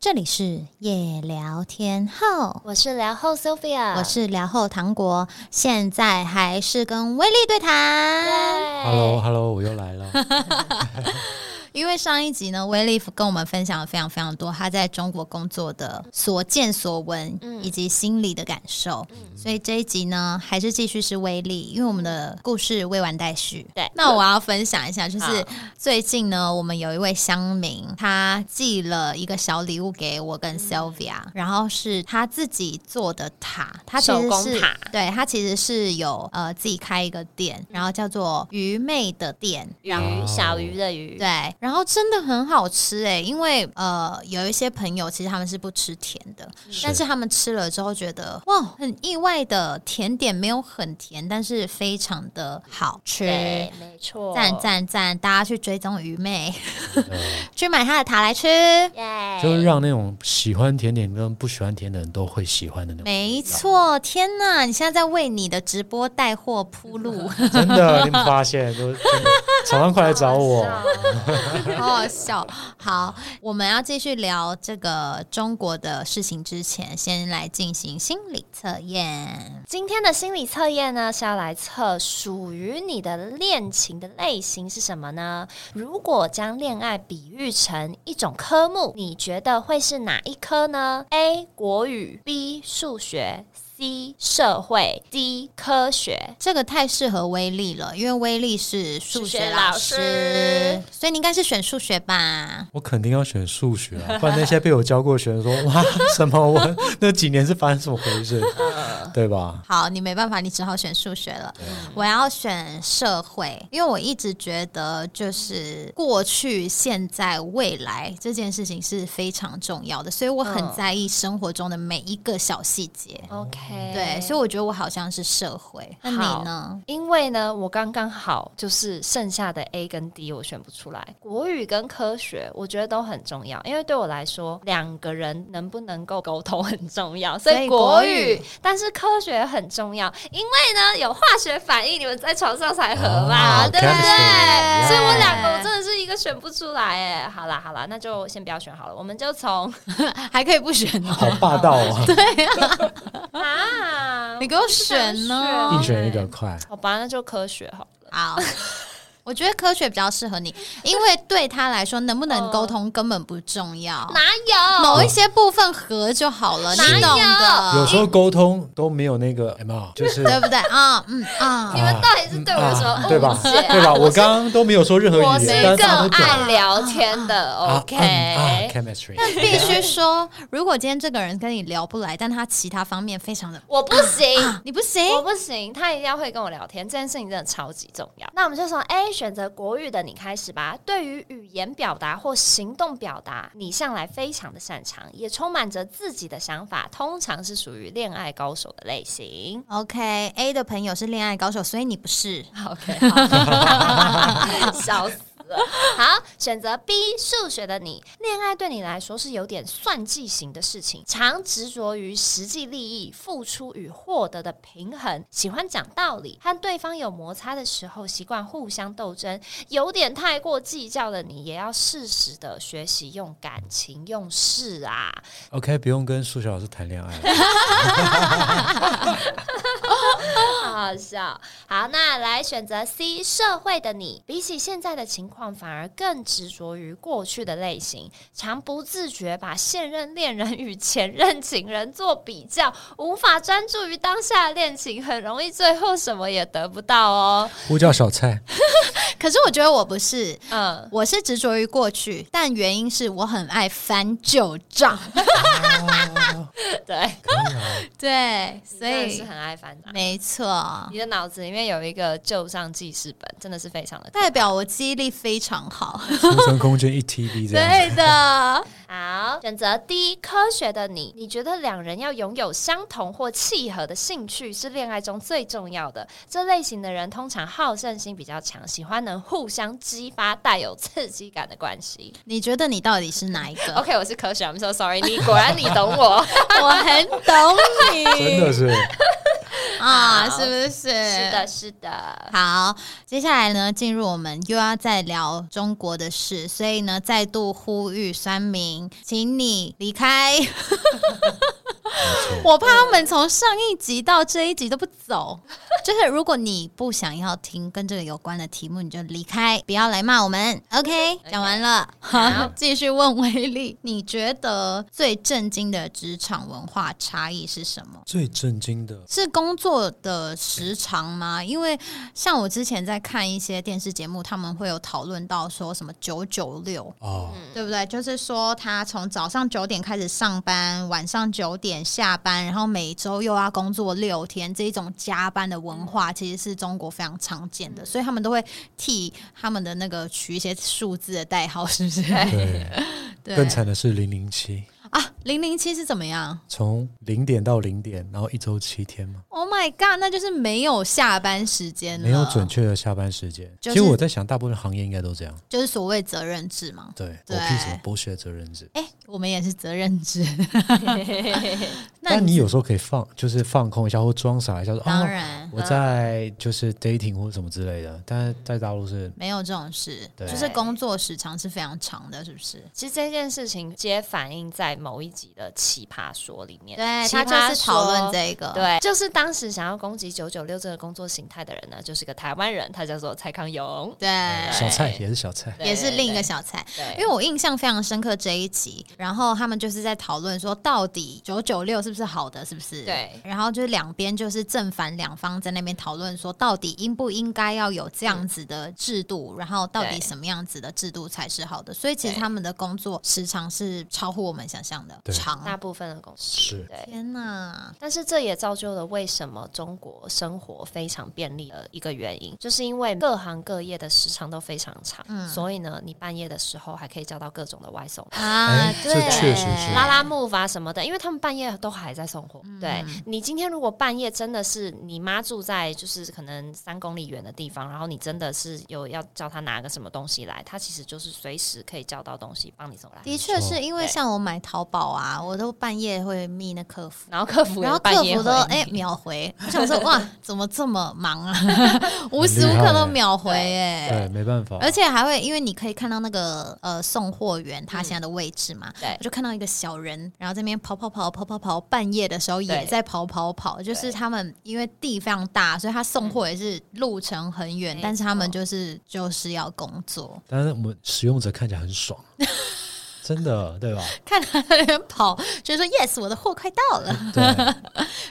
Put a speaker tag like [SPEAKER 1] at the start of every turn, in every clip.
[SPEAKER 1] 这里是夜聊天后，
[SPEAKER 2] 我是聊后 Sophia，
[SPEAKER 1] 我是聊后糖果，现在还是跟威力对谈。
[SPEAKER 3] Hello，Hello，我又来了。
[SPEAKER 1] 因为上一集呢，威力跟我们分享了非常非常多他在中国工作的所见所闻，
[SPEAKER 2] 嗯
[SPEAKER 1] 以及心理的感受，所以这一集呢，还是继续是威力，因为我们的故事未完待续。
[SPEAKER 2] 对
[SPEAKER 1] 那我要分享一下，就是
[SPEAKER 2] 好
[SPEAKER 1] 最近呢，我们有一位乡民，他寄了一个小礼物给我
[SPEAKER 2] 嗯
[SPEAKER 1] 跟 Sylvia，、然后是他自己做的塔，他其实
[SPEAKER 2] 手工
[SPEAKER 1] 是
[SPEAKER 2] 塔
[SPEAKER 1] 对他其实是有呃自己开一个店，然后叫做愚昧的店，
[SPEAKER 2] 鱼
[SPEAKER 1] 然后
[SPEAKER 2] 小鱼的鱼，
[SPEAKER 1] 对，然后真的很好吃哎、因为呃，有一些朋友其实他们是不吃甜的，但是他们吃了之后觉得哇，很意外的甜点没有很甜，但是非常的好吃
[SPEAKER 2] 对。，没错，
[SPEAKER 1] 赞，赞赞！大家去追踪愚昧，
[SPEAKER 3] 呃
[SPEAKER 1] 去买她的塔来吃。
[SPEAKER 2] 耶，
[SPEAKER 3] 就是让那种喜欢甜点跟不喜欢甜的人都会喜欢的那种。
[SPEAKER 1] 没错，天哪！你现在在为你的直播带货铺 路，
[SPEAKER 3] 真的，你们发现都真的厂商快来找 我。
[SPEAKER 1] 好好笑。好，我们要继续聊这个中国的事情之前，先来进行心理测验。
[SPEAKER 2] 今天的心理测验呢，是要来测属于你的恋情的类型是什么呢？如果将恋爱比喻成一种科目，你觉得会是哪一科呢？A. 国语 B. 数学 C. 社会 D. 科学。
[SPEAKER 1] 这个太适合威力了，因为威力是数学老师，
[SPEAKER 2] 数学老师
[SPEAKER 1] 所以你应该是选数学吧？
[SPEAKER 3] 我肯定要选数学 啊，不然那些被我教过的学生说哇什么我那几年是发生什么回事，
[SPEAKER 2] 呃
[SPEAKER 3] 对吧？
[SPEAKER 1] 好，你没办法，你只好选数学了。我要选社会，因为我一直觉得就是过去、现在、未来这件事情是非常重要的，所以我很
[SPEAKER 2] 嗯
[SPEAKER 1] 在意生活中的每一个小细节。
[SPEAKER 2] OK，
[SPEAKER 1] 对，所以我觉得我好像是社会。那你呢？
[SPEAKER 2] 因为呢，我刚刚好就是剩下的 A 跟 D 我选不出来，国语跟科学我觉得都很重要，因为对我来说两个人能不能够沟通很重要，所
[SPEAKER 1] 所以
[SPEAKER 2] 以国
[SPEAKER 1] 国语
[SPEAKER 2] 语，但是科学很重要，因为呢有化学反应，你们在床上才合嘛，
[SPEAKER 3] 啊
[SPEAKER 2] 对不对？
[SPEAKER 3] chemistry，
[SPEAKER 2] 所以我两个我真的是一个选不出来，哎，好啦好啦，那就先不要选好了，我们就从
[SPEAKER 1] 还可以不选哦？
[SPEAKER 3] 好霸道 啊！
[SPEAKER 2] 啊
[SPEAKER 1] 你，给我选呢？
[SPEAKER 3] 一选一个快，
[SPEAKER 2] 好吧，那就科学好了。
[SPEAKER 1] 好，我觉得科学比较适合你，因为对他来说，能不能沟通根本不重要，
[SPEAKER 2] 哪有？
[SPEAKER 1] 某一些部分合就好了，你
[SPEAKER 2] 哪有
[SPEAKER 1] 懂
[SPEAKER 2] 哦
[SPEAKER 3] 有
[SPEAKER 1] 的，
[SPEAKER 3] 时候沟通都没有那个有没有就是
[SPEAKER 1] 对不对啊？嗯啊
[SPEAKER 2] 你，们到底是对我有什么误解、啊
[SPEAKER 3] 啊对吧？对吧？我刚刚都没有说任何
[SPEAKER 2] 我
[SPEAKER 3] 语
[SPEAKER 2] 是
[SPEAKER 3] 言，但是大家
[SPEAKER 2] 更
[SPEAKER 3] 都懂
[SPEAKER 2] 爱聊天的、
[SPEAKER 3] 啊
[SPEAKER 2] o k
[SPEAKER 3] 嗯啊 chemistry。
[SPEAKER 1] 必须说，如果今天这个人跟你聊不来，但他其他方面非常的，
[SPEAKER 2] 我不行。
[SPEAKER 1] 你不行。
[SPEAKER 2] 我不行，他一定要会跟我聊天，这件事情真的超级重要。那我们就从 A 选择国语的你开始吧。对于语言表达或行动表达，你向来非常的擅长，也充满着自己的想法，通常是属于恋爱高手的类型。
[SPEAKER 1] OK，A 的朋友是恋爱高手，所以你不是。
[SPEAKER 2] OK，好， 笑死了。好，选择 B 数学的你，恋爱对你来说是有点算计型的事情，常执着于实际利益、付出与获得的平衡，喜欢讲道理，和对方有摩擦的时候习惯互相斗争，有点太过计较的你，也要适时的学习用感情用事啊。
[SPEAKER 3] OK，不用跟数学老师谈恋爱了。
[SPEAKER 2] 好好笑。好，那来选择 C 社会的你，比起现在的情况，反而更执着于过去的类型，常不自觉把现任恋人与前任情人做比较，无法专注于当下的恋情，很容易最后什么也得不 到哦。
[SPEAKER 3] 呼叫小菜，
[SPEAKER 1] 可是我觉得我不是，
[SPEAKER 2] 嗯，
[SPEAKER 1] 我是执着于过去，但原因是我很爱翻旧 账。
[SPEAKER 2] 对，
[SPEAKER 3] 啊
[SPEAKER 1] 对，所
[SPEAKER 2] 真的是
[SPEAKER 1] 以
[SPEAKER 2] 很爱烦恼。
[SPEAKER 1] 没错。
[SPEAKER 2] 你的脑子里面有一个旧账记事本，真的是非常的
[SPEAKER 1] 代表我记忆力非常好。
[SPEAKER 3] 储存空间一 TB 这样。
[SPEAKER 1] 对的，
[SPEAKER 2] 好，选择 D 科学的你，你觉得两人要拥有相同或契合的兴趣是恋爱中最重要的。这类型的人通常好胜心比较强，喜欢能互相激发带有刺激感的关系。
[SPEAKER 1] 你觉得你到底是哪一 个？
[SPEAKER 2] OK，我是科学，I'm so sorry，你果然你懂我。
[SPEAKER 1] 我很懂
[SPEAKER 3] 真的
[SPEAKER 1] 你。
[SPEAKER 3] 是
[SPEAKER 1] 啊，
[SPEAKER 2] 好
[SPEAKER 1] 是不是？
[SPEAKER 2] 是
[SPEAKER 1] 是。
[SPEAKER 2] 的，是的，
[SPEAKER 1] 好，接下来呢，进入我们又要再聊中国的事，所以呢，再度呼吁酸民，请你离开。我怕他们从上一集到这一集都不走，就是如果你不想要听跟这个有关的题目，你就离开，不要来骂我们。OK，讲完了， 好，继续问威力，你觉得最震惊的职场文化差异是什么？
[SPEAKER 3] 最震惊的
[SPEAKER 1] 是工作的时长吗？因为像我之前在看一些电视节目，他们会有讨论到说什么九九六，
[SPEAKER 3] 哦，
[SPEAKER 1] 对不对？就是说他从早上九点开始上班，晚上九点下班，然后每周又要工作六天，这一种加班的文化其实是中国非常常见的，所以他们都会替他们的那个取一些数字的代号， 是不是？
[SPEAKER 3] 嗯对，
[SPEAKER 1] 对
[SPEAKER 3] 更惨的是零零七，
[SPEAKER 1] 啊，零零七是怎么样
[SPEAKER 3] 从零点到零点，然后一周七天嘛，
[SPEAKER 1] ？Oh my god，那就是没有下班时间了，
[SPEAKER 3] 没有准，确的下班时间。
[SPEAKER 1] 就是
[SPEAKER 3] 其实我在想，大部分行业应该都这样。
[SPEAKER 1] 就是所谓责任制嘛。
[SPEAKER 3] 对，
[SPEAKER 1] 对
[SPEAKER 3] 我屁什么剥削责任制？
[SPEAKER 1] 哎、我们也是责任 制。那
[SPEAKER 3] 但你有时候可以放，就是放空一下或装傻一下，说
[SPEAKER 1] 当
[SPEAKER 3] 啊，
[SPEAKER 1] 然
[SPEAKER 3] 我在就是 dating 或什么之类的。但是在大陆是
[SPEAKER 1] 没有这种事，
[SPEAKER 3] 对
[SPEAKER 1] 就是工作时长是非常长的，是不是？
[SPEAKER 2] 其实这件事情皆反映在某一集的《奇葩说》里面。
[SPEAKER 1] 对
[SPEAKER 2] 奇
[SPEAKER 1] 他
[SPEAKER 2] 葩
[SPEAKER 1] 就是讨
[SPEAKER 2] 说
[SPEAKER 1] 论这个，
[SPEAKER 2] 对，就是当时想要攻击九九六这个工作形态的人呢，就是个台湾人，他叫做蔡康永，
[SPEAKER 1] 对
[SPEAKER 3] 小菜，也是小菜。
[SPEAKER 2] 对
[SPEAKER 1] 也是另一个小菜。
[SPEAKER 2] 对，
[SPEAKER 1] 因为我印象非常深刻这一集，然后他们就是在讨论说，到底九九六是不是好的，是不是？
[SPEAKER 2] 对
[SPEAKER 1] 然后就是两边就是正反两方在那边讨论说，到底应不应该要有这样子的制度，然后到底
[SPEAKER 2] 对
[SPEAKER 1] 什么样子的制度才是好的。所以其实
[SPEAKER 2] 对
[SPEAKER 1] 他们的工作时长是超乎我们想象的
[SPEAKER 3] 对
[SPEAKER 1] 长。
[SPEAKER 2] 大部分的公司
[SPEAKER 3] 是
[SPEAKER 2] 对。
[SPEAKER 1] 天 哪！
[SPEAKER 2] 但是这也造就了为什么中国生活非常便利的一个原因，就是因为各行各业的时长都非常长，
[SPEAKER 1] 嗯
[SPEAKER 2] 所以呢，你半夜的时候还可以叫到各种的外送。
[SPEAKER 1] 啊
[SPEAKER 3] 哎，
[SPEAKER 1] 对，嗯
[SPEAKER 3] 这确实是
[SPEAKER 2] 拉拉木筏什么的，因为他们半夜都还在送货。对你今天如果半夜真的是你妈住在就是可能三公里远的地方，然后你真的是有要叫她拿个什么东西来，她其实就是随时可以叫到东西帮你送来。
[SPEAKER 1] 的确是因为
[SPEAKER 2] 对
[SPEAKER 1] 像我买淘宝啊，我都半夜会密那客服。
[SPEAKER 2] 然后客服也
[SPEAKER 1] 然后
[SPEAKER 2] 半
[SPEAKER 1] 客
[SPEAKER 2] 夜
[SPEAKER 1] 服都
[SPEAKER 2] 回
[SPEAKER 1] 哎、
[SPEAKER 2] 你
[SPEAKER 1] 秒回，我想 说哇，怎么这么忙啊？ 无时
[SPEAKER 3] 很
[SPEAKER 1] 无
[SPEAKER 3] 厉
[SPEAKER 1] 刻都
[SPEAKER 3] 害
[SPEAKER 1] 秒回哎、
[SPEAKER 3] 对，没办法。
[SPEAKER 1] 而且还会因为你可以看到那个呃送货员他现在的位置嘛，
[SPEAKER 2] 嗯对
[SPEAKER 1] 我就看到一个小人，然后这边跑跑跑跑跑跑，半夜的时候也
[SPEAKER 2] 对
[SPEAKER 1] 在跑跑跑，就是
[SPEAKER 2] 对嗯
[SPEAKER 1] 他们因为地非常大，所以他送货也是路程很远，
[SPEAKER 2] 没
[SPEAKER 1] 但是他们
[SPEAKER 2] 错
[SPEAKER 1] 就是就是要工作，
[SPEAKER 3] 但是我们使用者看起来很爽，真 的，对吧？
[SPEAKER 1] 看他在那边跑，就说 yes，我的货快到了。
[SPEAKER 3] 对，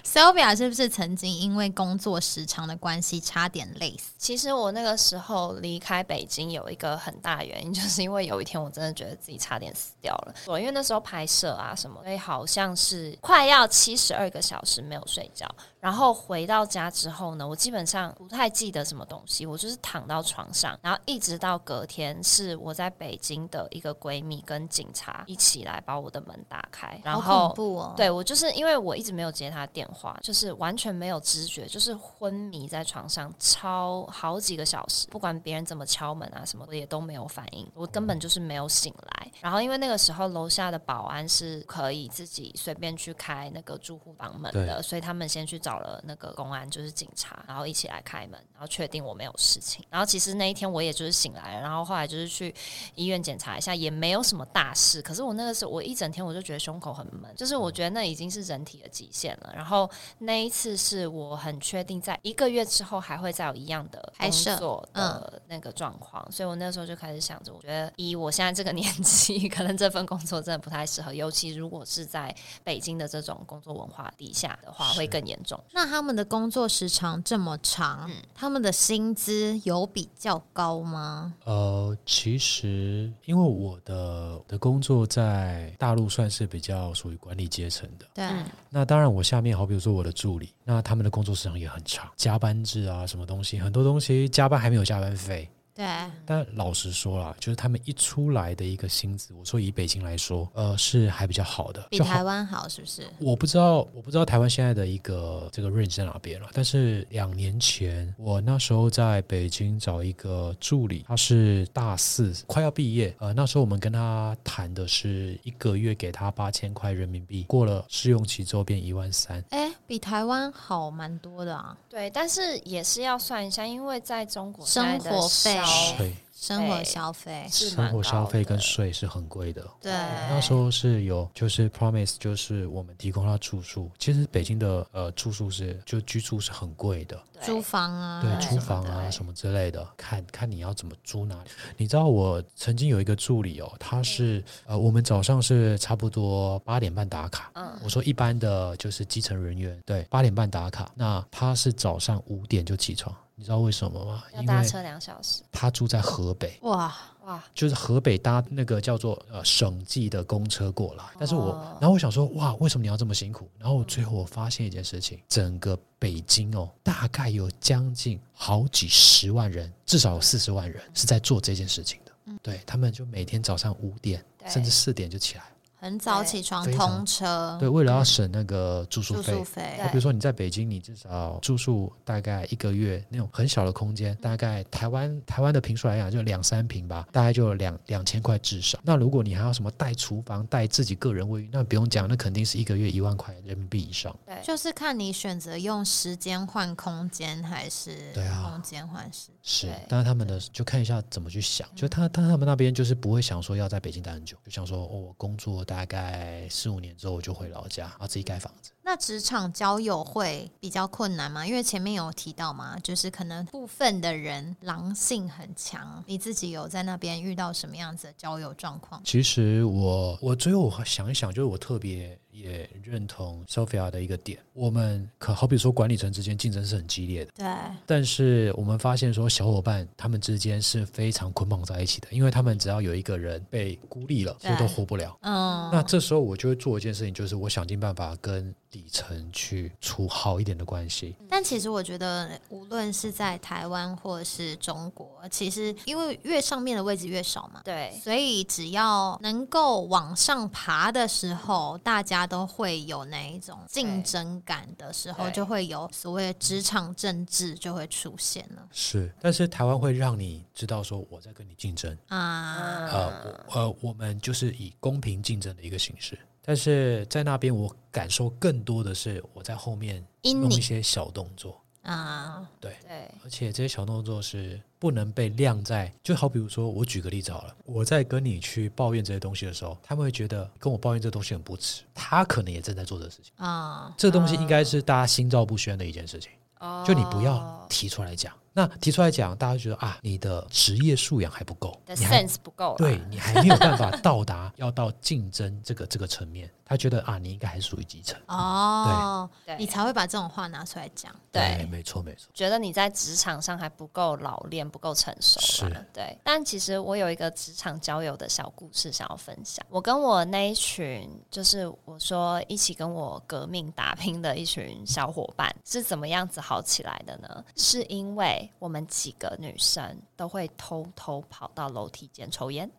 [SPEAKER 1] Sylvia 是不是曾经因为工作时长的关系差点累死？
[SPEAKER 2] 其实我那个时候离开北京有一个很大的原因， 就是因为有一天我真的觉得自己差点死掉了。我因为那时候拍摄啊什么，所以好像是快要七十二个小时没有睡觉。然后回到家之后呢，我基本上不太记得什么东西，我就是躺到床上，然后一直到隔天是我在北京的一个闺蜜跟警察一起来把我的门打开，然
[SPEAKER 1] 好
[SPEAKER 2] 后
[SPEAKER 1] 恐怖哦！，
[SPEAKER 2] 对我就是因为我一直没有接他的电话，就是完全没有知觉，就是昏迷在床上超好几个小时，不管别人怎么敲门啊什么的也都没有反应，我根本就是没有醒来。然后因为那个时候楼下的保安是可以自己随便去开那个住户房门的，所以他们先去找了那个公安，就是警察，然后一起来开门，然后确定我没有事情。然后其实那一天我也就是醒来了，然后后来就是去医院检查一下，也没有什么大事。可是我那个时候，我一整天我就觉得胸口很闷，就是我觉得那已经是人体的极限了。然后那一次是我很确定，在一个月之后还会再有一样的
[SPEAKER 1] 拍
[SPEAKER 2] 工
[SPEAKER 1] 摄
[SPEAKER 2] 作的那个状况，所以我那时候就开始想着，我觉得以我现在这个年纪，可能这份工作真的不太适合，尤其如果是在北京的这种工作文化底下的话，会更严重。
[SPEAKER 1] 那他们的工作时长这么长，
[SPEAKER 2] 嗯
[SPEAKER 1] 他们的薪资有比较高吗？
[SPEAKER 3] 呃，其实因为我的的工作在大陆算是比较属于管理阶层的，
[SPEAKER 1] 对，
[SPEAKER 2] 嗯
[SPEAKER 3] 那当然我下面好比如说我的助理，那他们的工作时长也很长，加班制啊，什么东西，很多东西加班还没有加班费。
[SPEAKER 1] 对，
[SPEAKER 2] 嗯
[SPEAKER 3] 但老实说啦，就是他们一出来的一个薪资，我说以北京来说，呃，是还比较好的，
[SPEAKER 1] 比
[SPEAKER 3] 就好
[SPEAKER 1] 台湾好是不是？
[SPEAKER 3] 我不知道，我不知道台湾现在的一个这个 range 在哪边了。但是两年前，我那时候在北京找一个助理，他是大四，快要毕业。呃，那时候我们跟他谈的是一个月给他八千块人民币，过了试用期之后变一万三。
[SPEAKER 1] 哎，比台湾好蛮多的啊，
[SPEAKER 2] 对，但是也是要算一下，因为在中国
[SPEAKER 1] 生
[SPEAKER 2] 现在的
[SPEAKER 1] 活费
[SPEAKER 2] 消
[SPEAKER 3] 税、
[SPEAKER 1] 生活
[SPEAKER 2] 对
[SPEAKER 1] 消费，
[SPEAKER 2] 哦是
[SPEAKER 3] 生
[SPEAKER 2] 蛮
[SPEAKER 3] 活消
[SPEAKER 2] 高
[SPEAKER 3] 费跟
[SPEAKER 2] 的
[SPEAKER 3] 税是很贵的。
[SPEAKER 1] 对，
[SPEAKER 3] 那时候是有，就是 promise，就是我们提供他住宿。其实北京的呃住宿是就居住是很贵的，
[SPEAKER 2] 对
[SPEAKER 1] 租房啊，
[SPEAKER 3] 对，
[SPEAKER 2] 什
[SPEAKER 3] 厨
[SPEAKER 2] 么
[SPEAKER 3] 房
[SPEAKER 2] 的
[SPEAKER 3] 啊
[SPEAKER 2] 哎
[SPEAKER 3] 什么之类的，看看你要怎么租哪里。你知道我曾经有一个助理哦，
[SPEAKER 2] 嗯
[SPEAKER 3] 他是呃，我们早上是差不多八点半打卡。
[SPEAKER 2] 嗯
[SPEAKER 3] 我说一般的就是基层人员，对，八点半打卡。那他是早上五点就起床，你知道为什么吗？
[SPEAKER 2] 要
[SPEAKER 3] 因
[SPEAKER 2] 搭
[SPEAKER 3] 为
[SPEAKER 2] 车两小时，
[SPEAKER 3] 他住在河北。
[SPEAKER 1] 哇，
[SPEAKER 2] 哇，
[SPEAKER 3] 就是河北搭那个叫做呃省际的公车过来，但是我，
[SPEAKER 2] 哦
[SPEAKER 3] 然后我想说，哇，为什么你要这么辛苦？然后我最后我发现一件事情，整个北京哦，大概有将近好几十万人，至少有四十万人是在做这件事情的。对他们就每天早上五点
[SPEAKER 2] 对
[SPEAKER 3] 甚至四点就起来，
[SPEAKER 1] 很早起床
[SPEAKER 3] 非常
[SPEAKER 1] 通车，
[SPEAKER 3] 对，为了要省那个住宿
[SPEAKER 1] 嗯住
[SPEAKER 3] 费
[SPEAKER 1] 宿。费
[SPEAKER 3] 那比如说你在北京，你至少住宿大概一个月那种很小的空间，大概台湾台湾的平数来讲就两三平吧，大概就有两两千块至少。那如果你还要什么带厨房、带自己个人卫浴，那不用讲，那肯定是一个月一万块人民币以上。
[SPEAKER 2] 对，
[SPEAKER 1] 就是看你选择用时间换空间还是
[SPEAKER 3] 对啊
[SPEAKER 1] 空间换时间。
[SPEAKER 3] 是
[SPEAKER 2] 对，嗯
[SPEAKER 3] 但是他们的就看一下怎么去想，就他他他们那边就是不会想说要在北京待很久，就想说、哦、我工作大概四五年之后我就回老家，然后自己盖房子。
[SPEAKER 1] 那职场交友会比较困难吗？因为前面有提到嘛，就是可能部分的人狼性很强，你自己有在那边遇到什么样子的交友状况？
[SPEAKER 3] 其实我我最后我想一想，就是我特别也认同 Sophia 的一个点，我们可好比说管理层之间竞争是很激烈的，
[SPEAKER 1] 对，
[SPEAKER 3] 但是我们发现说小伙伴他们之间是非常捆绑在一起的，因为他们只要有一个人被孤立了，
[SPEAKER 1] 对
[SPEAKER 3] 就都活不了。
[SPEAKER 1] 嗯，
[SPEAKER 3] 那这时候我就会做一件事情，就是我想尽办法跟底层去处好一点的关系。
[SPEAKER 1] 但其实我觉得，无论是在台湾或是中国，其实因为越上面的位置越少嘛，
[SPEAKER 2] 对，
[SPEAKER 1] 所以只要能够往上爬的时候，大家都会有那一种竞争感的时候，
[SPEAKER 2] 对
[SPEAKER 1] 就会有所谓的职场政治就会出现了
[SPEAKER 3] 是，但是台湾会让你知道说我在跟你竞争。
[SPEAKER 2] 嗯
[SPEAKER 1] 啊。
[SPEAKER 3] 呃，我呃，我们就是以公平竞争的一个形式。但是在那边，我感受更多的是我在后面
[SPEAKER 1] 因
[SPEAKER 3] 弄一
[SPEAKER 1] 你
[SPEAKER 3] 些小动作，
[SPEAKER 1] 啊，
[SPEAKER 2] 对，
[SPEAKER 3] 而且这些小动作是不能被晾在。就好比如说，我举个例子好了，我在跟你去抱怨这些东西的时候，他们会觉得跟我抱怨这东西很不耻，他可能也正在做这个事情。
[SPEAKER 1] 啊，
[SPEAKER 3] 这东西应该是大家心照不宣的一件事情，
[SPEAKER 2] 哦
[SPEAKER 3] 就你不要提出来讲。那提出来讲，大家就觉得啊，你的职业素养还不够，
[SPEAKER 2] 的
[SPEAKER 3] 你还
[SPEAKER 2] sense 不够啦，
[SPEAKER 3] 对你还没有办法到达要到竞争这个这个层面，他觉得啊，你应该还是属于基层。
[SPEAKER 1] 哦，
[SPEAKER 2] 对，
[SPEAKER 1] 你才会把这种话拿出来讲。
[SPEAKER 2] 对
[SPEAKER 3] 哎没错没错，
[SPEAKER 2] 觉得你在职场上还不够老练，不够成熟啦
[SPEAKER 3] 是。
[SPEAKER 2] 对，但其实我有一个职场交友的小故事想要分享。我跟我那一群，就是我说一起跟我革命打拼的一群小伙伴，是怎么样子好起来的呢？是因为我们几个女生都会偷偷跑到楼梯间抽烟。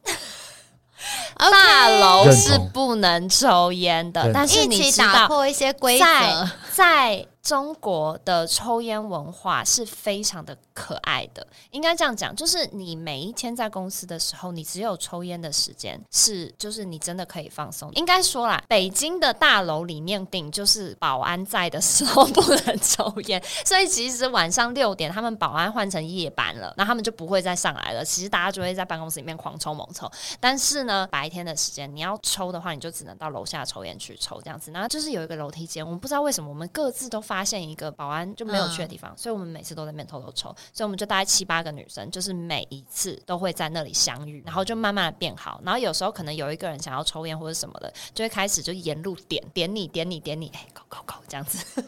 [SPEAKER 2] 大楼
[SPEAKER 3] 认
[SPEAKER 2] 是
[SPEAKER 3] 同
[SPEAKER 2] 不能抽烟的，
[SPEAKER 3] 认
[SPEAKER 2] 但是
[SPEAKER 1] 一
[SPEAKER 2] 你
[SPEAKER 1] 起
[SPEAKER 2] 知
[SPEAKER 1] 打
[SPEAKER 2] 道，
[SPEAKER 1] 破一些规
[SPEAKER 2] 在
[SPEAKER 3] 啊
[SPEAKER 1] 则，，
[SPEAKER 2] 在中国的抽烟文化是非常的可爱的，应该这样讲，就是你每一天在公司的时候，你只有抽烟的时间是，就是你真的可以放松。应该说啦，北京的大楼里面顶就是保安在的时候 不能抽烟，所以其实晚上六点他们保安换成夜班了，那他们就不会再上来了。其实大家就会在办公室里面狂抽猛抽，但是呢，白天的时间你要抽的话，你就只能到楼下抽烟区抽这样子。然后就是有一个楼梯间，我们不知道为什么，我们各自都发现一个保安就没有去的地方，所以我们每次都在那边偷偷抽。所以我们就大概七八个女生，就是每一次都会在那里相遇，然后就慢慢的变好。然后有时候可能有一个人想要抽烟或者什么的，就会开始就沿路点点你点你点你，哎，go go go 这样子。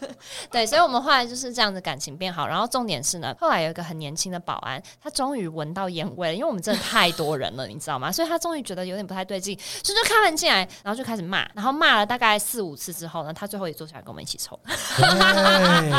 [SPEAKER 2] 对，所以我们后来就是这样子感情变好。然后重点是呢，后来有一个很年轻的保安，他终于闻到烟味了，因为我们真的太多人了，你知道吗？所以他终于觉得有点不太对劲，所以就开门进来，然后就开始骂，然后骂了大概四五次之后呢，他最后也坐下来跟我们一起抽，
[SPEAKER 3] 对，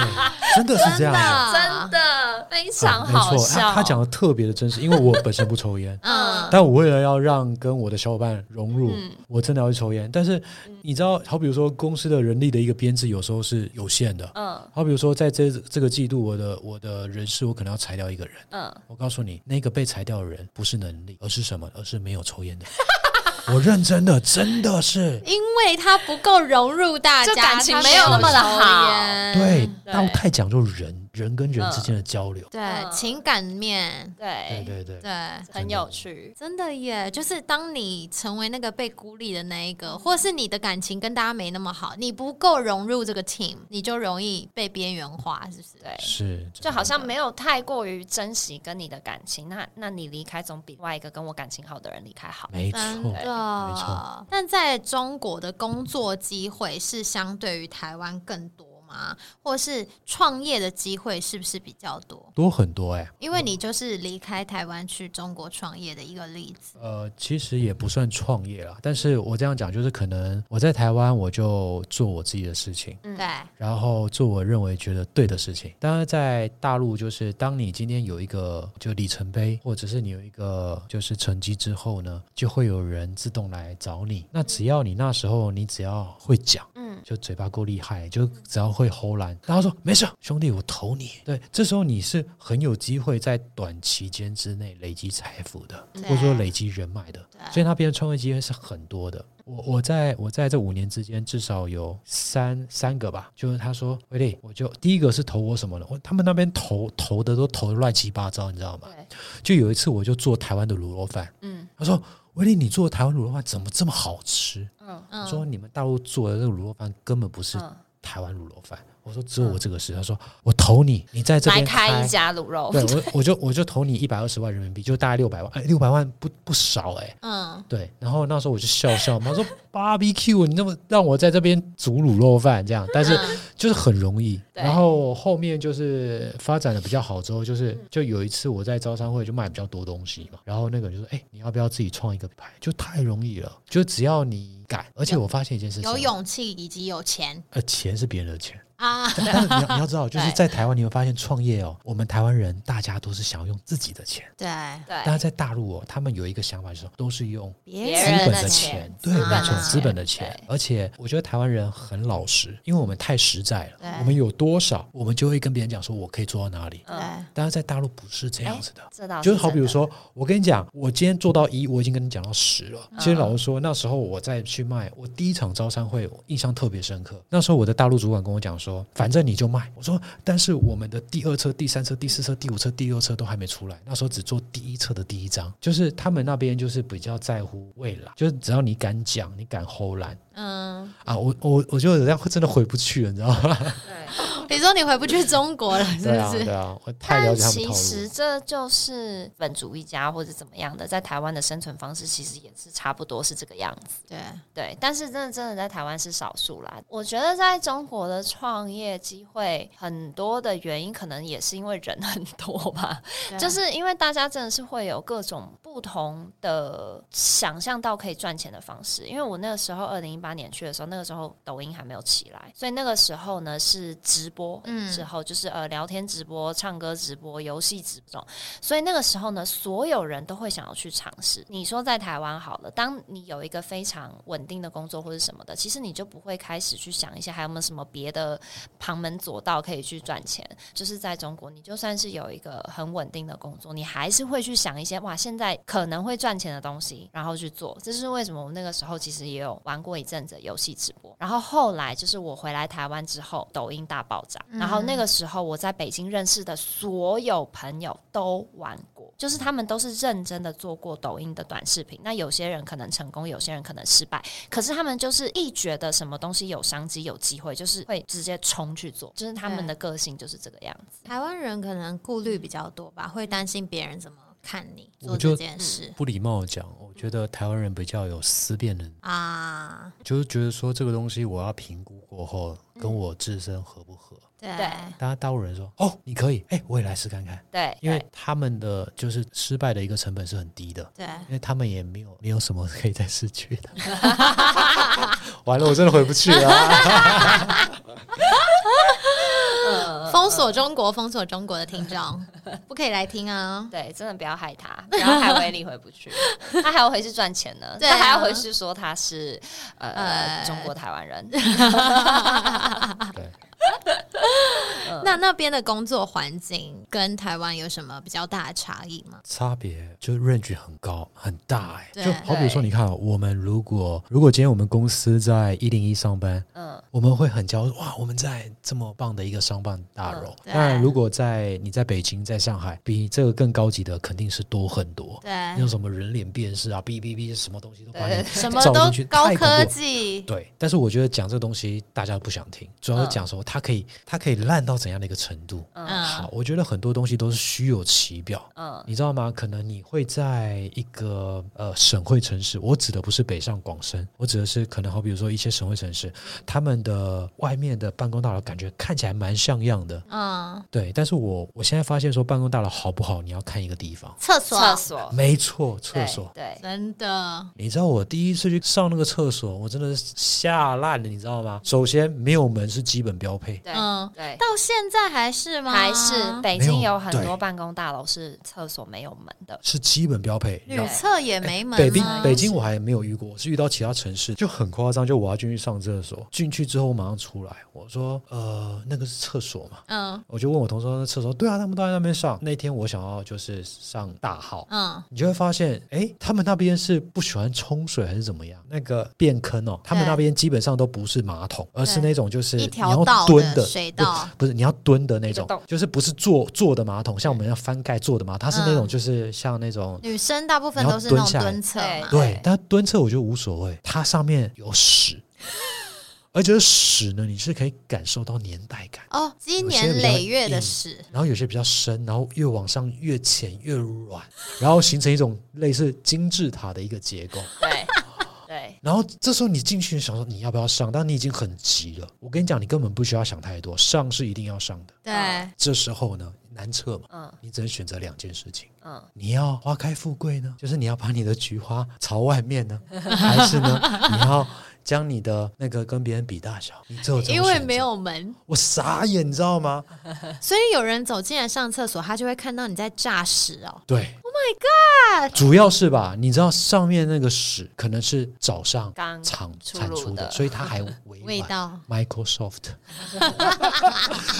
[SPEAKER 3] 真的是这样啊的。
[SPEAKER 2] 真的非
[SPEAKER 3] 啊
[SPEAKER 2] 常
[SPEAKER 3] 没
[SPEAKER 2] 好
[SPEAKER 3] 错，
[SPEAKER 2] 笑。
[SPEAKER 3] 他他讲的特别的真实，因为我本身不抽 烟
[SPEAKER 1] 嗯，
[SPEAKER 3] 但我为了要让跟我的小伙伴融入，
[SPEAKER 2] 嗯
[SPEAKER 3] 我真的要去抽烟。但是你知道，好比如说公司的人力的一个编制有时候是有限的，
[SPEAKER 2] 嗯
[SPEAKER 3] 好比如说在这这个季度，我的我的人事我可能要裁掉一个人，
[SPEAKER 2] 嗯，
[SPEAKER 3] 我告诉你，那个被裁掉的人不是能力，而是什么？而是没有抽烟的。 我认真的，真的是。
[SPEAKER 1] 因为他不够融入大
[SPEAKER 2] 就
[SPEAKER 1] 家，
[SPEAKER 2] 感情
[SPEAKER 1] 他
[SPEAKER 2] 没有那么的
[SPEAKER 1] 抽
[SPEAKER 2] 好
[SPEAKER 1] 烟
[SPEAKER 3] 他太讲究人，人跟人之间的交流。
[SPEAKER 1] 对
[SPEAKER 2] 嗯
[SPEAKER 1] 情感面，
[SPEAKER 2] 对
[SPEAKER 3] 对对对，
[SPEAKER 1] 对。
[SPEAKER 2] 很有趣。
[SPEAKER 1] 真的耶，就是当你成为那个被孤立的那一个，或是你的感情跟大家没那么好，你不够融入这个 team，你就容易被边缘化，是不是？
[SPEAKER 2] 对，
[SPEAKER 3] 是
[SPEAKER 2] 就好像没有太过于珍惜跟你的感情，那那你离开总比另外一个跟我感情好的人离开好。
[SPEAKER 3] 没
[SPEAKER 1] 真
[SPEAKER 3] 错，没
[SPEAKER 1] 的
[SPEAKER 3] 错。
[SPEAKER 1] 但在中国的工作机会是相对于台湾更多吗？或是创业的机会是不是比较多？
[SPEAKER 3] 多很多哎、
[SPEAKER 1] 因为你就是离开台湾去中国创业的一个例子。
[SPEAKER 3] 呃，其实也不算创业啦，但是我这样讲就是，可能我在台湾我就做我自己的事情，
[SPEAKER 2] 嗯
[SPEAKER 1] 对，
[SPEAKER 3] 然后做我认为觉得对的事情。当然，在大陆就是，当你今天有一个就里程碑，或者是你有一个就是成绩之后呢，就会有人自动来找你。那只要你那时候你只要会讲。
[SPEAKER 2] 嗯，
[SPEAKER 3] 就嘴巴够厉害，就只要会吼懒，然后说没事，兄弟，我投你。对，这时候你是很有机会在短期间之内累积财富的，
[SPEAKER 1] 对
[SPEAKER 3] 或者说累积人脉的。
[SPEAKER 1] 对
[SPEAKER 3] 所以那边的创业机会是很多的。我我在我在这五年之间，至少有三三个吧，就是他说威力，我就第一个是投我什么的，我他们那边投投的都投的乱七八糟，你知道吗？
[SPEAKER 2] 对，
[SPEAKER 3] 就有一次我就做台湾的卤肉饭，
[SPEAKER 2] 嗯
[SPEAKER 3] 他说威力，你做的台湾卤肉饭怎么这么好吃？
[SPEAKER 2] 嗯
[SPEAKER 1] 嗯
[SPEAKER 3] 我说你们大陆做的这个卤肉饭根本不是
[SPEAKER 2] 嗯，
[SPEAKER 3] 台湾卤肉饭。我说只有我这个是，他说我投你，你在这
[SPEAKER 2] 来
[SPEAKER 3] 边
[SPEAKER 2] 开一家卤肉，
[SPEAKER 3] 对我我就我就投你一百二十万人民币，就大概六百万，哎，六百万不不少哎、
[SPEAKER 1] 嗯，
[SPEAKER 3] 对，然后那时候我就笑笑嘛，说 barbecue，你那么让我在这边煮卤肉饭这样，但是
[SPEAKER 1] 嗯
[SPEAKER 3] 就是很容易。
[SPEAKER 2] 对
[SPEAKER 3] 然后后面就是发展的比较好之后，就是
[SPEAKER 1] 嗯
[SPEAKER 3] 就有一次我在招商会就卖比较多东西嘛，然后那个人就说：“哎，你要不要自己创一个品牌？”就太容易了，就只要你敢。而且我发现一件事情，啊
[SPEAKER 1] 有勇气以及有钱
[SPEAKER 3] 呃，钱是别人的钱，
[SPEAKER 1] 啊，
[SPEAKER 3] 但是你要你要知道，就是
[SPEAKER 1] 对
[SPEAKER 3] 在台湾你会发现创业哦，我们台湾人大家都是想要用自己的钱，
[SPEAKER 1] 对，
[SPEAKER 2] 对
[SPEAKER 3] 但是在大陆哦，他们有一个想法就是都是用
[SPEAKER 1] 别
[SPEAKER 3] 资本
[SPEAKER 1] 人
[SPEAKER 2] 的
[SPEAKER 3] 的
[SPEAKER 2] 钱
[SPEAKER 3] 钱，对，
[SPEAKER 1] 资本
[SPEAKER 3] 没
[SPEAKER 1] 的
[SPEAKER 3] 错，
[SPEAKER 1] 钱
[SPEAKER 3] 资本的钱
[SPEAKER 2] 对。
[SPEAKER 3] 而且我觉得台湾人很老实，因为我们太实在
[SPEAKER 1] 对
[SPEAKER 3] 了，我们有多少，我们就会跟别人讲说我可以做到哪里。
[SPEAKER 1] 对
[SPEAKER 2] 嗯，
[SPEAKER 3] 但是在大陆不是这样子的。
[SPEAKER 2] 这倒
[SPEAKER 3] 就是好比如
[SPEAKER 2] 真的，
[SPEAKER 3] 说，我跟你讲，我今天做到一，我已经跟你讲到十了。其
[SPEAKER 2] 嗯
[SPEAKER 3] 实老实说，那时候我再去卖，我第一场招商会，我印象特别深刻。那时候我的大陆主管跟我讲说，反正你就卖。我说，但是我们的第二车、第三车、第四车、第五车、第六车都还没出来，那时候只做第一车的第一张。就是他们那边就是比较在乎未来，就是只要你敢讲，你敢吼懒
[SPEAKER 1] 嗯，
[SPEAKER 3] 啊，我我我就这样真的回不去了，你知道吗？
[SPEAKER 2] 对，
[SPEAKER 1] 嗯你说你回不去中国了，是
[SPEAKER 3] 对啊，
[SPEAKER 1] 不
[SPEAKER 3] 对
[SPEAKER 1] 是？
[SPEAKER 3] 啊，我太了
[SPEAKER 2] 但
[SPEAKER 3] 解他们
[SPEAKER 2] 其
[SPEAKER 3] 套路
[SPEAKER 2] 实
[SPEAKER 3] 了。
[SPEAKER 2] 这就是资本主义家或者怎么样的，在台湾的生存方式其实也是差不多是这个样子。
[SPEAKER 1] 对，
[SPEAKER 2] 对，但是真的真的在台湾是少数啦。我觉得在中国的创业机会很多的原因，可能也是因为人很多吧，
[SPEAKER 1] 对啊
[SPEAKER 2] 就是因为大家真的是会有各种不同的想象到可以赚钱的方式。因为我那个时候二零一八年去的时候，那个时候抖音还没有起来，所以那个时候呢是直播，
[SPEAKER 1] 嗯
[SPEAKER 2] 之后就是呃聊天直播、唱歌直播、游戏直播这种所以那个时候呢，所有人都会想要去尝试。你说在台湾好了，当你有一个非常稳定的工作或者什么的，其实你就不会开始去想一些还有没有什么别的旁门左道可以去赚钱。就是在中国，你就算是有一个很稳定的工作，你还是会去想一些哇，现在可能会赚钱的东西，然后去做。这是为什么我那个时候其实也有玩过一阵子游戏直播，然后后来就是我回来台湾之后，抖音大爆炸，然后那个时候我在北京认识的所有朋友都玩过，就是他们都是认真的做过抖音的短视频。那有些人可能成功，有些人可能失败，可是他们就是一觉得什么东西有商机、有机会，就是会直接冲去做，就是他们的个性就是这个样子。
[SPEAKER 1] 台湾人可能顾虑比较多吧，会担心别人怎么看你做
[SPEAKER 3] 我就
[SPEAKER 1] 这件事
[SPEAKER 3] 不礼貌地讲，我觉得台湾人比较有思辨能力。
[SPEAKER 1] 啊。
[SPEAKER 3] 就是觉得说这个东西我要评估过后跟我自身合不合。
[SPEAKER 1] 对
[SPEAKER 2] 对
[SPEAKER 3] 大家大陆人说哦，你可以，哎，我也来试看看，
[SPEAKER 2] 对，
[SPEAKER 3] 因为
[SPEAKER 2] 对
[SPEAKER 3] 他们的就是失败的一个成本是很低的，
[SPEAKER 1] 对，
[SPEAKER 3] 因为他们也没有没有什么可以再失去的。完了，我真的回不去了啊、
[SPEAKER 1] 封锁中国，封锁中国的听 众不可以来听啊。
[SPEAKER 2] 对，真的不要害他，不要害威力回不 去，他还要回去赚钱呢，
[SPEAKER 1] 对
[SPEAKER 2] 他还要
[SPEAKER 1] 啊
[SPEAKER 2] 回去说他是呃
[SPEAKER 1] 呃
[SPEAKER 2] 中国台湾人。
[SPEAKER 3] 对，
[SPEAKER 1] 那那边的工作环境跟台湾有什么比较大的差异吗？
[SPEAKER 3] 差别就是 range 很高很大哎、
[SPEAKER 1] 对
[SPEAKER 3] 就好比说，你看哦我们如果如果今天我们公司在一零一上班，
[SPEAKER 2] 嗯，
[SPEAKER 3] 我们会很骄傲哇，我们在这么棒的一个商办大楼。
[SPEAKER 1] 嗯对
[SPEAKER 3] 当然，如果在你在北京、在上海，比这个更高级的肯定是多很多。那
[SPEAKER 1] 对
[SPEAKER 3] 种，什么人脸辨识啊，哔哔哔，什么东西都把
[SPEAKER 2] 对
[SPEAKER 3] 你
[SPEAKER 1] 什么
[SPEAKER 3] 照
[SPEAKER 1] 都
[SPEAKER 3] 进去
[SPEAKER 1] 高
[SPEAKER 3] 太恐怖
[SPEAKER 1] 科
[SPEAKER 3] 了
[SPEAKER 1] 技，
[SPEAKER 3] 对，但是我觉得讲这个东西大家不想听，主要是讲说它可以它可以烂到怎样的一个程度。
[SPEAKER 1] 嗯，
[SPEAKER 3] 好，我觉得很多东西都是虚有其表。
[SPEAKER 2] 嗯
[SPEAKER 3] 你知道吗？可能你会在一个呃省会城市，我指的不是北上广深，我指的是可能好比如说一些省会城市，他们的外面的办公大楼感觉看起来蛮像样的，
[SPEAKER 1] 嗯，
[SPEAKER 3] 对。但是我我现在发现说办公大楼好不好，你要看一个地方，
[SPEAKER 1] 厕所，
[SPEAKER 2] 厕所，
[SPEAKER 3] 没错，厕
[SPEAKER 2] 对
[SPEAKER 3] 所。
[SPEAKER 2] 对，
[SPEAKER 1] 真的，
[SPEAKER 3] 你知道我第一次去上那个厕所，我真的是吓烂了，你知道吗？首先没有门是基本标配，
[SPEAKER 2] 对，
[SPEAKER 1] 嗯，
[SPEAKER 2] 对。
[SPEAKER 1] 到现在还是吗？
[SPEAKER 2] 还是北
[SPEAKER 3] 没
[SPEAKER 2] 京
[SPEAKER 3] 有
[SPEAKER 2] 有很
[SPEAKER 3] 对
[SPEAKER 2] 多办公大楼是厕所没有门的，
[SPEAKER 3] 是基本标配。
[SPEAKER 1] 女厕也没门
[SPEAKER 3] 北京
[SPEAKER 1] 吗
[SPEAKER 3] 北京我还没有遇过，我是遇到其他城市就很夸张，就我要进去上厕所，进去之后我马上出来，我说呃那个是厕所嘛，
[SPEAKER 1] 嗯
[SPEAKER 3] 我就问我同事说那厕所，对啊，他们都在那边上。那天我想要就是上大号。
[SPEAKER 1] 嗯，
[SPEAKER 3] 你就会发现，哎，他们那边是不喜欢冲水还是怎么样？那个便坑哦，他们
[SPEAKER 1] 对
[SPEAKER 3] 那边基本上都不是马桶，而是
[SPEAKER 1] 对
[SPEAKER 3] 那种就是
[SPEAKER 1] 一
[SPEAKER 3] 你
[SPEAKER 1] 条
[SPEAKER 3] 要
[SPEAKER 1] 道
[SPEAKER 3] 蹲的
[SPEAKER 1] 水
[SPEAKER 3] 不
[SPEAKER 1] 道，
[SPEAKER 3] 不是你要蹲的那
[SPEAKER 2] 一个
[SPEAKER 3] 种
[SPEAKER 2] 洞，
[SPEAKER 3] 就是不是坐坐的马桶，像我们要翻盖坐的马桶，它是那
[SPEAKER 1] 嗯
[SPEAKER 3] 种就是像那种。
[SPEAKER 1] 女生大部分
[SPEAKER 3] 你要
[SPEAKER 1] 都是那种
[SPEAKER 3] 蹲下来
[SPEAKER 1] 蹲厕嘛，
[SPEAKER 3] 对，但蹲厕我觉得无所谓，它上面有屎，而且屎呢，你是可以感受到年代感。
[SPEAKER 1] 哦，积
[SPEAKER 3] 有些
[SPEAKER 1] 年
[SPEAKER 3] 比较
[SPEAKER 1] 累月的
[SPEAKER 3] 硬
[SPEAKER 1] 屎，
[SPEAKER 3] 然后有些比较深，然后越往上越浅越软，然后形成一种类似金字塔的一个结构。
[SPEAKER 2] 对对
[SPEAKER 3] 然后这时候你进去想说你要不要上，但你已经很急了。我跟你讲，你根本不需要想太多，上是一定要上的。
[SPEAKER 1] 对，
[SPEAKER 2] 嗯
[SPEAKER 3] 这时候呢，难测嘛，
[SPEAKER 2] 嗯
[SPEAKER 3] 你只能选择两件事情。
[SPEAKER 2] 嗯，
[SPEAKER 3] 你要花开富贵呢，就是你要把你的菊花朝外面呢， 还是呢，你要将你的那个跟别人比大小？你只有这种
[SPEAKER 1] 因为
[SPEAKER 3] 选择
[SPEAKER 1] 没，有门，
[SPEAKER 3] 我傻眼，你知道吗？
[SPEAKER 1] 所以有人走进来上厕所，他就会看到你在炸屎哦。
[SPEAKER 3] 对，Oh my god！主要是吧，你知道上面那个屎可能是早上
[SPEAKER 2] 刚
[SPEAKER 3] 产
[SPEAKER 2] 出
[SPEAKER 3] 产
[SPEAKER 2] 炉
[SPEAKER 3] 出
[SPEAKER 2] 的
[SPEAKER 3] 的，所以它还微
[SPEAKER 1] 味
[SPEAKER 3] 满
[SPEAKER 1] 道
[SPEAKER 3] Microsoft。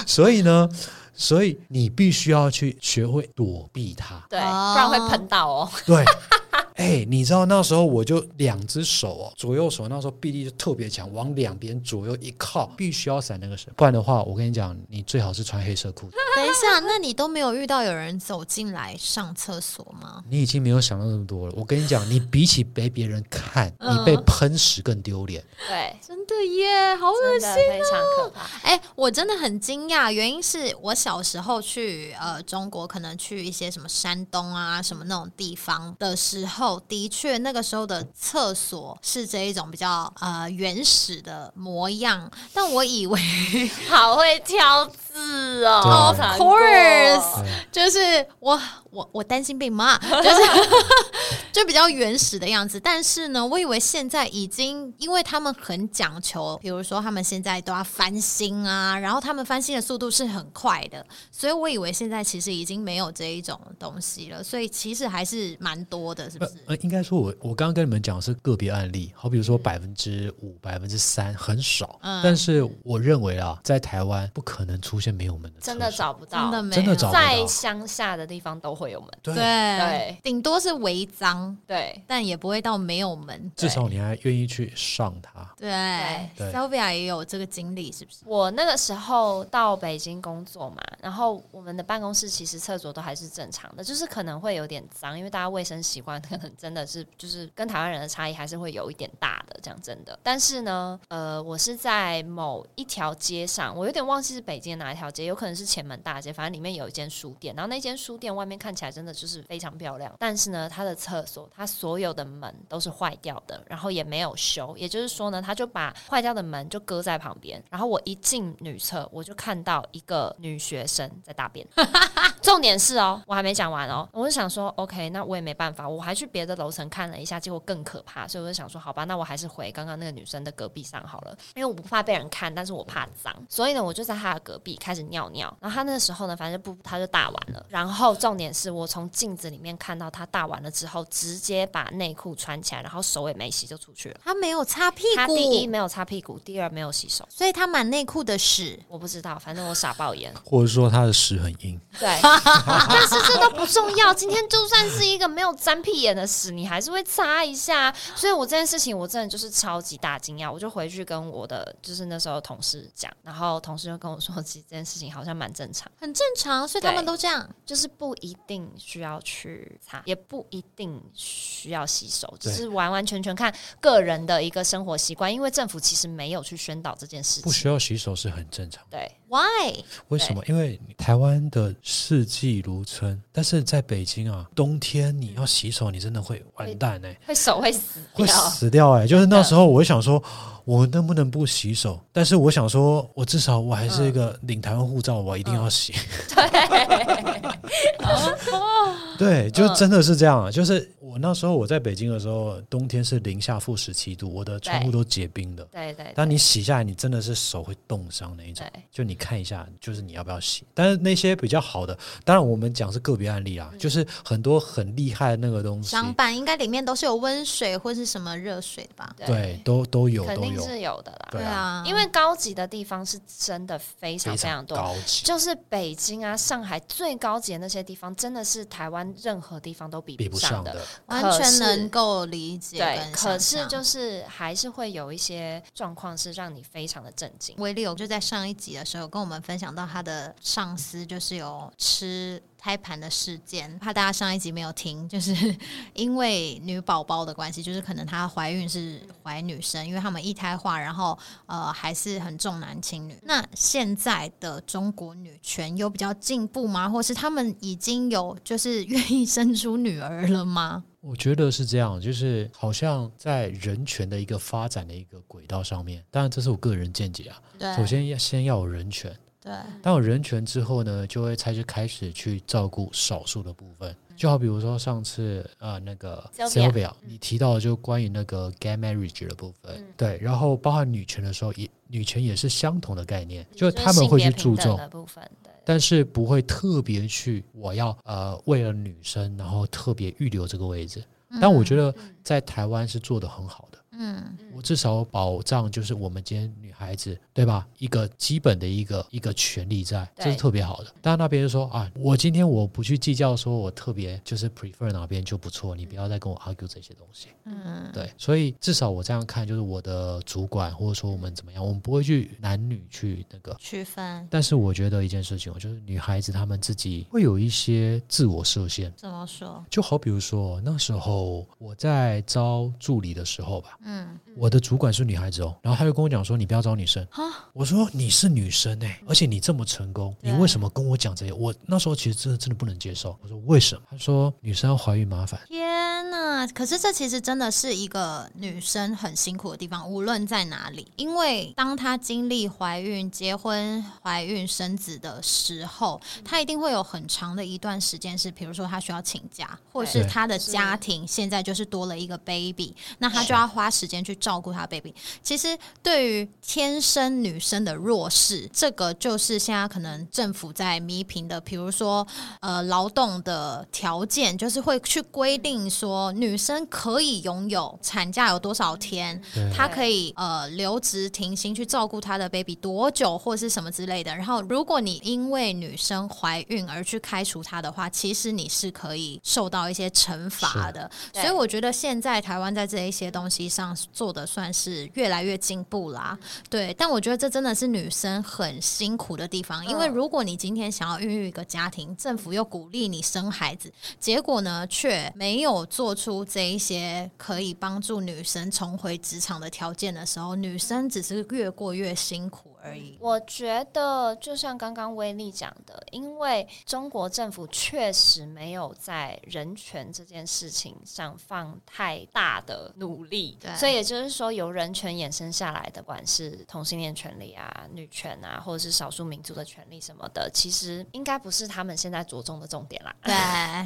[SPEAKER 3] 所以呢，所以你必须要去学会躲避它。
[SPEAKER 2] 对，
[SPEAKER 1] 哦
[SPEAKER 2] 不然会喷到哦。
[SPEAKER 3] 对， 哎、你知道那时候我就两只手哦，左右手那时候臂力就特别强，往两边左右一靠，必须要闪那个神，不然的话，我跟你讲，你最好是穿黑色裤 子。
[SPEAKER 1] 等一下，那你都没有遇到有人走进来上厕所吗？
[SPEAKER 3] 你已经没有想到那么多了。我跟你讲，你比起被别人看，
[SPEAKER 2] 嗯
[SPEAKER 3] 你被喷屎更丢 脸。
[SPEAKER 2] 对，
[SPEAKER 1] 真的耶，好啊
[SPEAKER 2] 真的非常可怕。
[SPEAKER 1] 哎、我真的很惊讶，原因是我小时候去呃中国，可能去一些什么山东啊什么那种地方的时候，的确那个时候的厕所是这一种比较呃原始的模样，但我以为
[SPEAKER 2] 好会挑字哦
[SPEAKER 3] 对 Of
[SPEAKER 2] 难
[SPEAKER 1] course
[SPEAKER 2] 过
[SPEAKER 3] 哎
[SPEAKER 1] 就是我我我担心被骂， 就是就比较原始的样子。但是呢，我以为现在已经，因为他们很讲求，比如说他们现在都要翻新啊，然后他们翻新的速度是很快的，所以我以为现在其实已经没有这一种东西了。所以其实还是蛮多的，是不
[SPEAKER 3] 呃
[SPEAKER 1] 是？
[SPEAKER 3] 呃，应该说我我刚刚跟你们讲的是个别案例，好比如说
[SPEAKER 2] 嗯
[SPEAKER 3] 百分之五、百分之三很少，
[SPEAKER 1] 嗯
[SPEAKER 3] 但是我认为啊，在台湾不可能出现没有门的
[SPEAKER 2] 真
[SPEAKER 3] 厕
[SPEAKER 2] 的
[SPEAKER 3] 所
[SPEAKER 2] 找不到
[SPEAKER 1] 真的，没有
[SPEAKER 3] 真的找不
[SPEAKER 2] 在
[SPEAKER 3] 到，
[SPEAKER 2] 乡下的地方都会有门。
[SPEAKER 3] 呃对，
[SPEAKER 1] 对
[SPEAKER 2] 对，
[SPEAKER 1] 顶多是违章，
[SPEAKER 2] 对，
[SPEAKER 1] 但也不会到没有门。
[SPEAKER 3] 至少你还愿意去上它。
[SPEAKER 1] 对
[SPEAKER 3] 对
[SPEAKER 1] s y l v i a 也有这个经历，是不是？
[SPEAKER 2] 我那个时候到北京工作嘛，然后我们的办公室其实厕所都还是正常的，就是可能会有点脏，因为大家卫生习惯可能真的是就是跟台湾人的差异还是会有一点大的，讲真的。但是呢，呃，我是在某一条街上，我有点忘记是北京的哪一条街，有可能是前门大街，反正里面有一间书店，然后那间书店外面看起来真的就是非常漂亮，但是呢，它的厕所它所有的门都是坏掉的，然后也没有修，也就是说呢，他就把坏掉的门就搁在旁边，然后我一进女厕，我就看到一个女学生在大便。重点是哦，我还没讲完哦，我就想说，OK，那我也没办法，我还去别的楼层看了一下，结果更可怕，所以我就想说，好吧，那我还是回刚刚那个女生的隔壁上好了，因为我不怕被人看，但是我怕脏，所以呢，我就在她的隔壁开始尿尿。然后她那时候呢，反正不，她就大完了。然后重点是我从镜子里面看到她大完了之后，直接把内裤穿起来，然后手也没洗就出去了。
[SPEAKER 1] 他没有擦屁
[SPEAKER 2] 她
[SPEAKER 1] 股，
[SPEAKER 2] 第一没有擦屁股，第二没有洗手，
[SPEAKER 1] 所以他满内裤的屎。
[SPEAKER 2] 我不知道，反正我傻爆眼。
[SPEAKER 3] 或者说他的屎很硬，
[SPEAKER 2] 对，但是这都不重要。今天就算是一个没有沾屁眼的屎，你还是会擦一下。所以我这件事情，我真的就是超级大惊讶。我就回去跟我的就是那时候的同事讲，然后同事就跟我说，其实这件事情好像蛮正常，
[SPEAKER 1] 很正常，所以他们
[SPEAKER 2] 对
[SPEAKER 1] 都这样。
[SPEAKER 2] 就是不一定需要去擦，也不一定需要洗手，只
[SPEAKER 3] 对
[SPEAKER 2] 是完完全全看个人的一个生活习惯。因为政府其实没有去宣导这件事
[SPEAKER 3] 不
[SPEAKER 2] 情。
[SPEAKER 3] 需要洗手是很正常。
[SPEAKER 2] 对，
[SPEAKER 1] Why？
[SPEAKER 3] 为什么？因为台湾的四季如春，但是在北京啊，冬天你要洗手，你真的会完蛋哎、
[SPEAKER 2] 会手会死
[SPEAKER 3] 会
[SPEAKER 2] 掉。
[SPEAKER 3] 死掉哎、就是那
[SPEAKER 2] 的
[SPEAKER 3] 时候，我会想说，我能不能不洗手？
[SPEAKER 2] 嗯
[SPEAKER 3] 但是我想说，我至少我还是一个领台湾护照，我一定要洗。
[SPEAKER 2] 嗯 嗯
[SPEAKER 3] 对，就真的是这样。啊！就是我那时候我在北京的时候，冬天是零下负十七度，我的窗户都结冰的。
[SPEAKER 2] 对对对
[SPEAKER 3] 但你洗下来，你真的是手会冻伤那一种。
[SPEAKER 2] 对，
[SPEAKER 3] 就你看一下，就是你要不要洗。但是那些比较好的，当然我们讲是个别案
[SPEAKER 2] 嗯
[SPEAKER 3] 例啦，就是很多很厉害的那个东西，
[SPEAKER 1] 长板应该里面都是有温水或是什么热水的吧？
[SPEAKER 3] 对，都都有
[SPEAKER 2] 肯
[SPEAKER 3] 都
[SPEAKER 2] 定
[SPEAKER 3] 有，
[SPEAKER 2] 是有的啦。
[SPEAKER 3] 对
[SPEAKER 1] 啊
[SPEAKER 3] 啊，
[SPEAKER 2] 因为高级的地方是真的非常
[SPEAKER 3] 非
[SPEAKER 2] 非常
[SPEAKER 3] 常
[SPEAKER 2] 多。
[SPEAKER 3] 高级，
[SPEAKER 2] 就是北京啊、上海最高级的那些地方，真的是台湾任何地方都比
[SPEAKER 3] 比不
[SPEAKER 2] 上
[SPEAKER 3] 上的。。
[SPEAKER 1] 完
[SPEAKER 2] 可
[SPEAKER 1] 全
[SPEAKER 2] 是
[SPEAKER 1] 能够理解
[SPEAKER 2] 对
[SPEAKER 1] 跟，
[SPEAKER 2] 可
[SPEAKER 1] 想
[SPEAKER 2] 是
[SPEAKER 1] 象。
[SPEAKER 2] 就是还是会有一些状况是让你非常的震惊。
[SPEAKER 1] 维利有就在上一集的时候跟我们分享到他的上司就是有吃胎盘的事件，怕大家上一集没有听，就是因为女宝宝的关系，就是可能她怀孕是怀女生，因为他们一胎化，然后呃还是很重男轻女。那现在的中国女权有比较进步吗？或是他们已经有就是愿意生出女儿了吗？
[SPEAKER 3] 我觉得是这样，就是好像在人权的一个发展的一个轨道上面，当然这是我个人见解啊。
[SPEAKER 1] 对，
[SPEAKER 3] 首先要先要有人权，
[SPEAKER 1] 对
[SPEAKER 3] 当有人权之后呢，就会才去开始去照顾少数的部
[SPEAKER 2] 嗯
[SPEAKER 3] 分。就好比如说上次呃那个
[SPEAKER 2] Sylvia
[SPEAKER 3] Sylvia，你提到就关于那个 gay marriage 的部
[SPEAKER 2] 嗯
[SPEAKER 3] 分，对，然后包含女权的时候，也女权也是相同的概念，就是他们会去
[SPEAKER 2] 性别平
[SPEAKER 3] 注
[SPEAKER 2] 等
[SPEAKER 3] 重，
[SPEAKER 2] 的部分，对，
[SPEAKER 3] 但是不会特别去我要呃为了女生，然后特别预留这个位置。
[SPEAKER 2] 嗯
[SPEAKER 3] 但我觉得在台湾是做得很好的，
[SPEAKER 1] 嗯，
[SPEAKER 3] 我至少保障就是我们今天女孩子对吧，一个基本的一个一个权利在，
[SPEAKER 2] 对
[SPEAKER 3] 这是特别好的。但那边就说啊，我今天我不去计较，说我特别就是 prefer 哪边就不错，你不要再跟我 argue 这些东西。
[SPEAKER 1] 嗯，
[SPEAKER 3] 对，所以至少我这样看，就是我的主管或者说我们怎么样，我们不会去男女去那个
[SPEAKER 1] 区分
[SPEAKER 3] 但是我觉得一件事情哦，就是女孩子她们自己会有一些自我设限，
[SPEAKER 1] 怎么说？
[SPEAKER 3] 就好比如说那时候我在招助理的时候吧，
[SPEAKER 1] 嗯，
[SPEAKER 3] 我的主管是女孩子哦，然后她就跟我讲说你不要招女生，我说你是女生哎、
[SPEAKER 2] 嗯
[SPEAKER 3] 而且你这么成功，你
[SPEAKER 1] 对
[SPEAKER 3] 为什么跟我讲这些？我那时候其实真的真的不能接受，我说为什么？她说女生要怀孕麻烦，
[SPEAKER 1] 天呐！可是这其实真的是一个女生很辛苦的地方，无论在哪里，因为当她经历怀孕、结婚、怀孕、生子的时候，她一定会有很长的一段时间是，比如说她需要请假，或者是
[SPEAKER 3] 对
[SPEAKER 1] 她的家庭现在就是多了一个 baby，那她就要花时间去照顾她的 baby。其实对于天生女生的弱势，这个就是现在可能政府在弥平的，比如说呃劳动的条件，就是会去规定说女生可以拥有产假有多少天，
[SPEAKER 3] 嗯对
[SPEAKER 1] 她可以呃留职停薪去照顾她的 baby 多久或是什么之类的。然后，如果你因为女生怀孕而去开除她的话，其实你是可以受到一些惩罚的。
[SPEAKER 2] 对
[SPEAKER 1] 所以我觉得现在台湾在这一些东西上做的算是越来越进步啦。对，但我觉得这真的是女生很辛苦的地方，因为
[SPEAKER 2] 嗯
[SPEAKER 1] 如果你今天想要孕育一个家庭，政府又鼓励你生孩子，结果呢却没有做出这一些可以帮助女生重回职场的条件的时候，女生只是越过越辛苦。而已。
[SPEAKER 2] 我觉得就像刚刚威力讲的，因为中国政府确实没有在人权这件事情上放太大的努力，
[SPEAKER 1] 对
[SPEAKER 2] 所以也就是说，由人权衍生下来的，不管是同性恋权利啊、女权啊，或者是少数民族的权利什么的，其实应该不是他们现在着重的重点啦。
[SPEAKER 1] 对，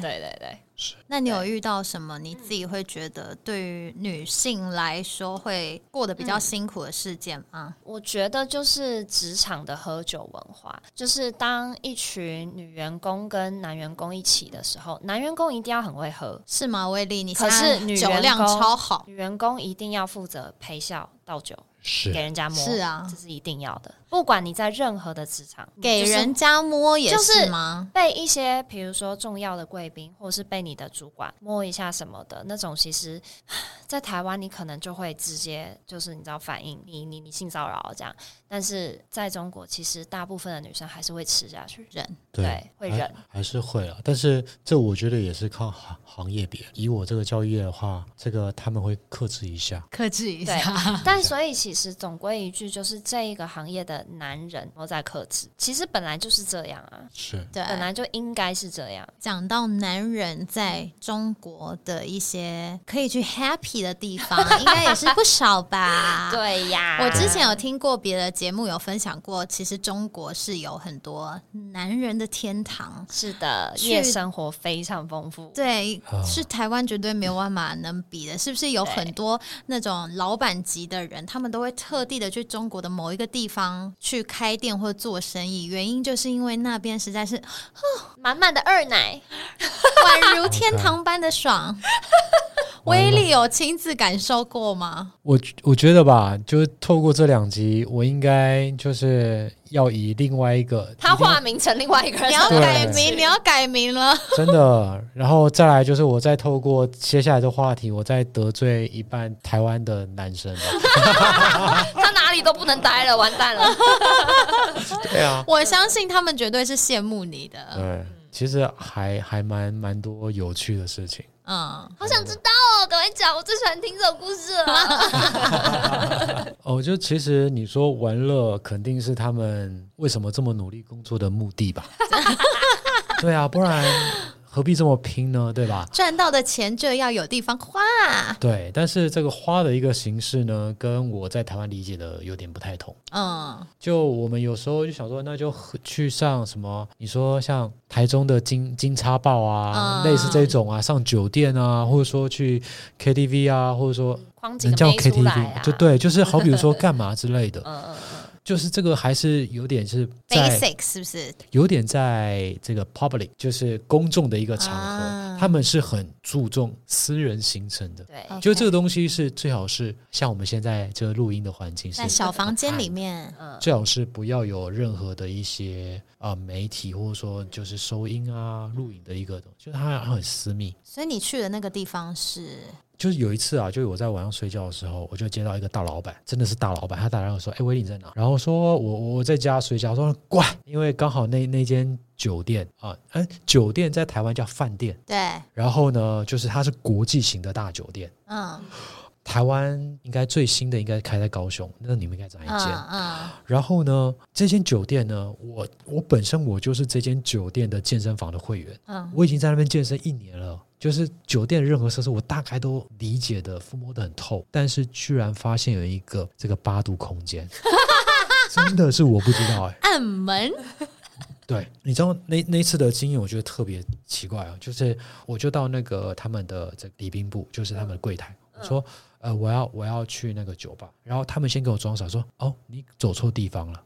[SPEAKER 2] 对对对，
[SPEAKER 1] 那你有遇到什么你自己会觉得对于女性来说会过得比
[SPEAKER 2] 嗯
[SPEAKER 1] 较辛苦的事件吗？
[SPEAKER 2] 我觉得就是职场的喝酒文化，就是当一群女员工跟男员工一起的时候，男员工一定要很会喝，
[SPEAKER 1] 是吗，威力？你
[SPEAKER 2] 可是
[SPEAKER 1] 现在
[SPEAKER 2] 女
[SPEAKER 1] 酒
[SPEAKER 2] 员
[SPEAKER 1] 量
[SPEAKER 2] 工
[SPEAKER 1] 超好，
[SPEAKER 2] 女员工一定要负责陪笑倒酒
[SPEAKER 3] 是
[SPEAKER 2] 给人家摸，
[SPEAKER 1] 是啊
[SPEAKER 2] 这是一定要的。不管你在任何的职场，
[SPEAKER 1] 给
[SPEAKER 2] 就是
[SPEAKER 1] 人家摸也
[SPEAKER 2] 就是
[SPEAKER 1] 是吗？
[SPEAKER 2] 被一些比如说重要的贵宾，或是被你的主管摸一下什么的那种，其实啊在台湾你可能就会直接就是你知道反应你你你性骚扰这样，但是在中国其实大部分的女生还是会吃下去，
[SPEAKER 1] 人
[SPEAKER 2] 对会
[SPEAKER 3] 还
[SPEAKER 2] 忍
[SPEAKER 3] 还是会啊。但是这我觉得也是看行行业别。以我这个教育业的话，这个他们会克制一下。
[SPEAKER 1] 克制一
[SPEAKER 2] 对
[SPEAKER 1] 下，，
[SPEAKER 2] 但所以其实总归一句，就是这一个行业的男人都在克制，其实本来就是这样啊，
[SPEAKER 3] 是
[SPEAKER 1] 对，
[SPEAKER 2] 本来就应该是这样。
[SPEAKER 1] 讲到男人在中国的一些可以去 happy 的地方，应该也是不少吧？。
[SPEAKER 2] 对啊呀
[SPEAKER 1] 啊我之前有听过别的节目有分享过，其实中国是有很多男人的天堂，
[SPEAKER 2] 是的，
[SPEAKER 1] 去
[SPEAKER 2] 夜生活非常丰富，
[SPEAKER 1] 对
[SPEAKER 3] 啊，
[SPEAKER 1] 是台湾绝对没有办法能比的，是不是？有
[SPEAKER 2] 对
[SPEAKER 1] 很多那种老板级的人，他们都会特地的去中国的某一个地方去开店或做生意，原因就是因为那边实在是
[SPEAKER 2] 满满的二奶，
[SPEAKER 1] 宛如天堂般的 爽。威力有亲自感受过吗？
[SPEAKER 3] 我我觉得吧，就是透过这两集，我应该就是要以另外一个
[SPEAKER 2] 他
[SPEAKER 3] 一定
[SPEAKER 2] 化名成另外一个人，
[SPEAKER 1] 你要
[SPEAKER 3] 对
[SPEAKER 1] 改名，你要改名了。
[SPEAKER 3] 真的，然后再来就是我再透过接下来的话题，我再得罪一半台湾的男生吧。
[SPEAKER 2] 他哪里都不能待了，完蛋了。
[SPEAKER 3] 对啊，
[SPEAKER 1] 我相信他们绝对是羡慕你的。
[SPEAKER 3] 对，其实还还蛮蛮多有趣的事情。
[SPEAKER 1] 嗯，
[SPEAKER 2] 好想知道哦，赶快讲，我最喜欢听这种故事了。
[SPEAKER 3] 哦，就其实你说玩乐肯定是他们为什么这么努力工作的目的吧？对啊，不然何必这么拼呢？对吧？
[SPEAKER 1] 赚到的钱就要有地方花。
[SPEAKER 3] 对，但是这个花的一个形式呢，跟我在台湾理解的有点不太同。
[SPEAKER 1] 嗯，
[SPEAKER 3] 就我们有时候就想说，那就和去上什么？你说像台中的金金叉报啊，
[SPEAKER 1] 嗯
[SPEAKER 3] 类似这种啊，上酒店啊，或者说去 KTV 啊，或者说
[SPEAKER 2] 框几
[SPEAKER 3] 能
[SPEAKER 2] 个
[SPEAKER 3] 叫
[SPEAKER 2] 妹出来
[SPEAKER 3] KTV，、
[SPEAKER 2] 啊，
[SPEAKER 3] 就，对，就是好比如说干嘛之类的，
[SPEAKER 2] 嗯嗯嗯，
[SPEAKER 3] 就是这个还是有点是在
[SPEAKER 1] basic 是不是？
[SPEAKER 3] 有点在这个 public，就是公众的一个场合，
[SPEAKER 1] 啊
[SPEAKER 3] 他们是很注重私人行程的。
[SPEAKER 2] 对，
[SPEAKER 1] OK
[SPEAKER 3] 就这个东西是最好是像我们现在这个录音的环境是哎
[SPEAKER 1] 在小房间里面，
[SPEAKER 2] 嗯，
[SPEAKER 3] 最好是不要有任何的一些啊、呃媒体或者说就是收音啊、录影的一个东西，就是它很私密。
[SPEAKER 1] 所以你去的那个地方是
[SPEAKER 3] 就是有一次啊，就是我在晚上睡觉的时候，我就接到一个大老板，真的是大老板，他打电话说：“哎、威力你在哪？”然后说我我在家睡觉，他说滚，因为刚好那那间酒店啊，哎、酒店在台湾叫饭店，
[SPEAKER 1] 对，
[SPEAKER 3] 然后呢，就是它是国际型的大酒店。
[SPEAKER 1] 嗯
[SPEAKER 3] 台湾应该最新的应该开在高雄，那你们应该找一
[SPEAKER 1] 嗯
[SPEAKER 3] 间。
[SPEAKER 1] 嗯，
[SPEAKER 3] 然后呢，这间酒店呢，我我本身我就是这间酒店的健身房的会员，
[SPEAKER 1] 嗯
[SPEAKER 3] 我已经在那边健身一年了。就是酒店的任何设施，我大概都理解的、抚摸的很透，但是居然发现有一个这个八度空间，真的是我不知道哎、
[SPEAKER 1] 暗门，
[SPEAKER 3] 对，你知道那那一次的经验，我觉得特别奇怪啊，就是我就到那个他们的这个礼宾部，就是他们的柜台，我说。呃，我要我要去那个酒吧，然后他们先给我装傻，说哦，你走错地方了。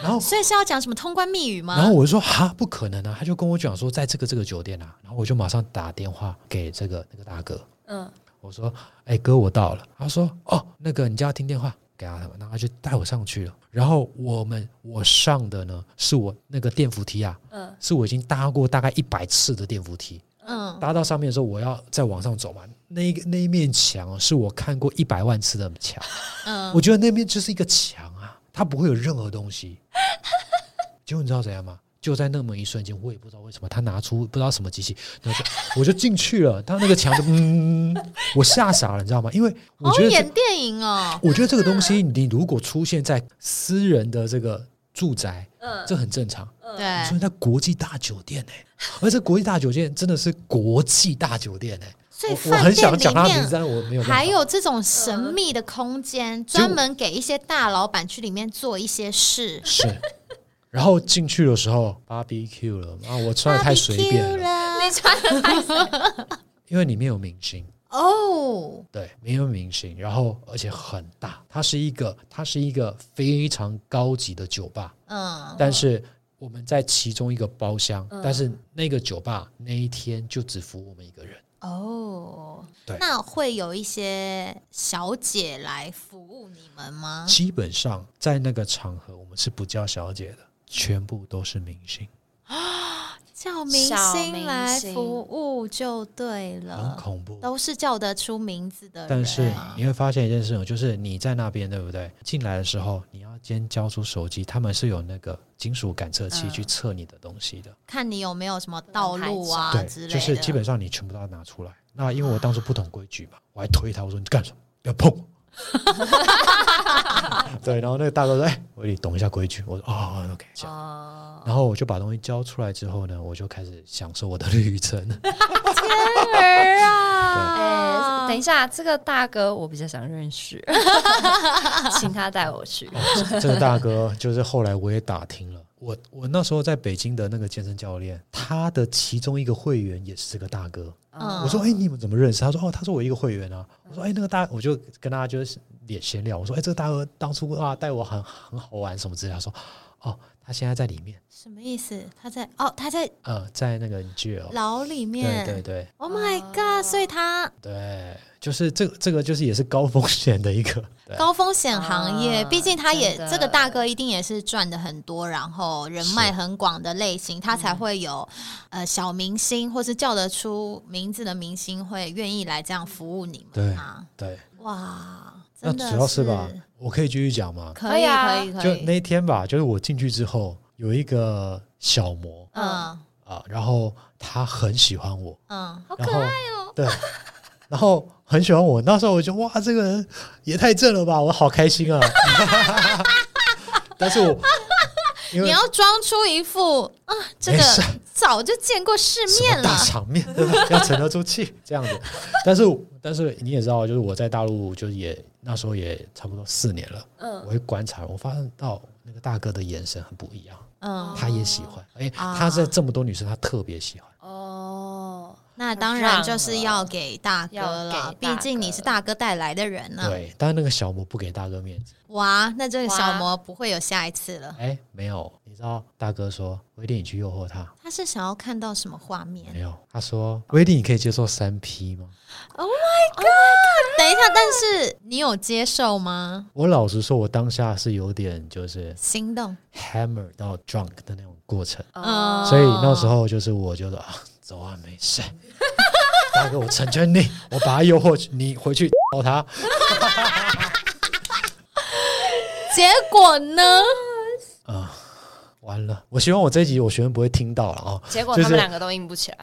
[SPEAKER 3] 然后
[SPEAKER 1] 所以是要讲什么通关密语吗？
[SPEAKER 3] 然后我就说哈，不可能啊！他就跟我讲说，在这个这个酒店啊，然后我就马上打电话给这个那个大哥，
[SPEAKER 2] 嗯，
[SPEAKER 3] 我说，哎、哥，我到了。他说，哦，那个你叫他听电话给他他们，然后他就带我上去了。然后我们我上的呢，是我那个电扶梯啊，
[SPEAKER 2] 嗯，
[SPEAKER 3] 是我已经搭过大概一百次的电扶梯，
[SPEAKER 1] 嗯，
[SPEAKER 3] 搭到上面的时候，我要再往上走嘛。那一个那一面墙哦是我看过一百万次的墙，
[SPEAKER 1] 嗯
[SPEAKER 3] 我 觉得那面就是一个墙啊，它不会有任何东西。结果你知道怎样吗？就在那么一瞬间，我也不知道为什么，他拿出不知道什么机器，然后就我就进去了。他那个墙就嗯，我吓傻了，你知道吗？因为我
[SPEAKER 1] 哦
[SPEAKER 3] 觉得这、
[SPEAKER 1] 演电影哦，
[SPEAKER 3] 我觉得这个东西，你如果出现在私人的这个住宅，
[SPEAKER 2] 嗯
[SPEAKER 3] 这很正常。你说
[SPEAKER 1] 对，
[SPEAKER 3] 在国际大酒店呢、欸而这国际大酒店真的是国际大酒店呢、
[SPEAKER 1] 所以
[SPEAKER 3] 我我
[SPEAKER 1] 饭
[SPEAKER 3] 很
[SPEAKER 1] 店
[SPEAKER 3] 想讲
[SPEAKER 1] 里
[SPEAKER 3] 它的名字，
[SPEAKER 1] 面
[SPEAKER 3] 但我没有办法。嗯
[SPEAKER 1] 还有这种神秘的空间，专门给一些大老板去里面做一些事。
[SPEAKER 3] 是，然后进去的时候 BBQ 了啊，我穿的太随便
[SPEAKER 1] BBQ
[SPEAKER 3] 了，
[SPEAKER 1] 了
[SPEAKER 2] 你穿的太
[SPEAKER 3] 因为里面有明星，
[SPEAKER 1] 哦，
[SPEAKER 3] 对，里面有明星，然后而且很大，它是一个它是一个非常高级的酒吧，
[SPEAKER 1] 嗯，
[SPEAKER 3] 但是。我们在其中一个包厢，
[SPEAKER 2] 嗯
[SPEAKER 3] 但是那个酒吧那一天就只服我们一个人。
[SPEAKER 1] 哦
[SPEAKER 3] 对，
[SPEAKER 1] 那会有一些小姐来服务你们吗？
[SPEAKER 3] 基本上在那个场合，我们是不叫小姐的，全部都是明星，
[SPEAKER 1] 叫明
[SPEAKER 2] 小
[SPEAKER 1] 星
[SPEAKER 2] 明
[SPEAKER 1] 来
[SPEAKER 2] 星
[SPEAKER 1] 服务就对
[SPEAKER 3] 很
[SPEAKER 1] 了，
[SPEAKER 3] 恐怖。
[SPEAKER 1] 都是叫得出名字的人。啊
[SPEAKER 3] 但是你会发现一件事情，就是你在那边对不对？进来的时候，你要先交出手机，他们是有那个金属感测器
[SPEAKER 1] 嗯
[SPEAKER 3] 去测你的东西的，
[SPEAKER 1] 看你有没有什么道路啊之
[SPEAKER 3] 对，
[SPEAKER 1] 类的，
[SPEAKER 3] 就是基本上你全部都要拿出来。那因为我当初不懂规矩嘛，我还推他，我说你干什么？不要碰我。 对，然后那个大哥说：“哎，我你懂一下规矩。”我说：“哦，OK。”这 样
[SPEAKER 2] 哦，
[SPEAKER 3] 然后我就把东西交出来之后呢，我就开始享受我的旅程。
[SPEAKER 1] 儿
[SPEAKER 2] 哎，
[SPEAKER 1] 啊，
[SPEAKER 2] 等一下，这个大哥我比较想认 识，请他带我去。
[SPEAKER 3] 哦 这个大哥就是后来我也打听了，我我那时候在北京的那个健身教练，他的其中一个会员也是这个大哥。
[SPEAKER 1] 嗯
[SPEAKER 3] 我说：“哎、你们怎么认识？”他说：“哦，他是我一个会员啊。”我说：“哎、那个大，我就跟他就是也闲聊。我说：‘哎、这个大哥当初啊带我很很好玩什么之类的。’他说：‘哦，他现在在里面，
[SPEAKER 1] 什么意思？他在哦，他在
[SPEAKER 3] 呃，在那个 jail。’
[SPEAKER 1] 牢里
[SPEAKER 3] 对
[SPEAKER 1] 面。
[SPEAKER 3] 对对
[SPEAKER 1] o h my god！所以他
[SPEAKER 3] 对，就是这个这个就是也是高风险的一个。对
[SPEAKER 1] 高风险行业，
[SPEAKER 2] 啊
[SPEAKER 1] 毕竟他也
[SPEAKER 2] 真的
[SPEAKER 1] 这个大哥一定也是赚的很多，然后人脉很广的类型，他才会有呃小明星或是叫得出名字的明星会愿意来这样服务你们啊！
[SPEAKER 3] 对，
[SPEAKER 1] 哇，
[SPEAKER 3] 那
[SPEAKER 1] 真的
[SPEAKER 3] 主要是吧，我可以继续讲吗？
[SPEAKER 1] 可以
[SPEAKER 2] 可以啊
[SPEAKER 1] 可以可
[SPEAKER 3] 就
[SPEAKER 1] 以，
[SPEAKER 3] 那一天吧，就是我进去之后有一个小模
[SPEAKER 1] 嗯
[SPEAKER 3] 啊，然后他很喜欢我，
[SPEAKER 1] 嗯，
[SPEAKER 2] 好
[SPEAKER 3] 然
[SPEAKER 2] 可
[SPEAKER 3] 后
[SPEAKER 2] 爱，哦
[SPEAKER 3] 对，然后很喜欢我。那时候我就哇，这个人也太正了吧，我好开心啊！ 但 是我
[SPEAKER 1] 你
[SPEAKER 3] 因为
[SPEAKER 1] 要装出一副啊，这
[SPEAKER 3] 没事
[SPEAKER 1] 个早就见过世
[SPEAKER 3] 什
[SPEAKER 1] 面
[SPEAKER 3] 么
[SPEAKER 1] 了
[SPEAKER 3] 大，场面， 对吧？要沉得住气这样子。但是但是你也知道，就是我在大陆，就是也那时候也差不多四年了，我
[SPEAKER 2] 嗯，
[SPEAKER 3] 会观察，我发现到那个大哥的眼神很不一样。
[SPEAKER 1] 嗯，
[SPEAKER 3] 他也喜欢，哎、
[SPEAKER 1] 啊
[SPEAKER 3] 他在这么多女生，他特别喜欢。
[SPEAKER 2] 哦，
[SPEAKER 1] 那当然就是要给大哥
[SPEAKER 2] 要
[SPEAKER 1] 了，
[SPEAKER 2] 给大
[SPEAKER 1] 毕
[SPEAKER 2] 哥
[SPEAKER 1] 竟你是大哥带来的人呢。
[SPEAKER 3] 对，但是那个小魔不给大哥面子，
[SPEAKER 1] 哇，那这个
[SPEAKER 2] 哇
[SPEAKER 1] 小魔不会有下一次了。
[SPEAKER 3] 哎、没有，你知道大哥说威力你去诱惑他，
[SPEAKER 1] 他是想要看到什么画
[SPEAKER 3] 没
[SPEAKER 1] 面？
[SPEAKER 3] 有，他说威力你可以接受三 P 吗？
[SPEAKER 1] 等一下，但是你有接受吗？
[SPEAKER 3] 我老实说，我当下是有点就是
[SPEAKER 1] 心动，
[SPEAKER 3] hammer 到 drunk 的那种过程，
[SPEAKER 1] 嗯
[SPEAKER 3] 所以那时候就是我就说啊，走啊，没事，大哥我成全你，我把他诱惑去，你回去抱他，
[SPEAKER 1] 结果呢？
[SPEAKER 3] 完了，我希望我这一集我学生不会听到了啊、
[SPEAKER 2] 结果
[SPEAKER 3] 就
[SPEAKER 2] 他
[SPEAKER 3] 是
[SPEAKER 2] 们两个都硬不起来。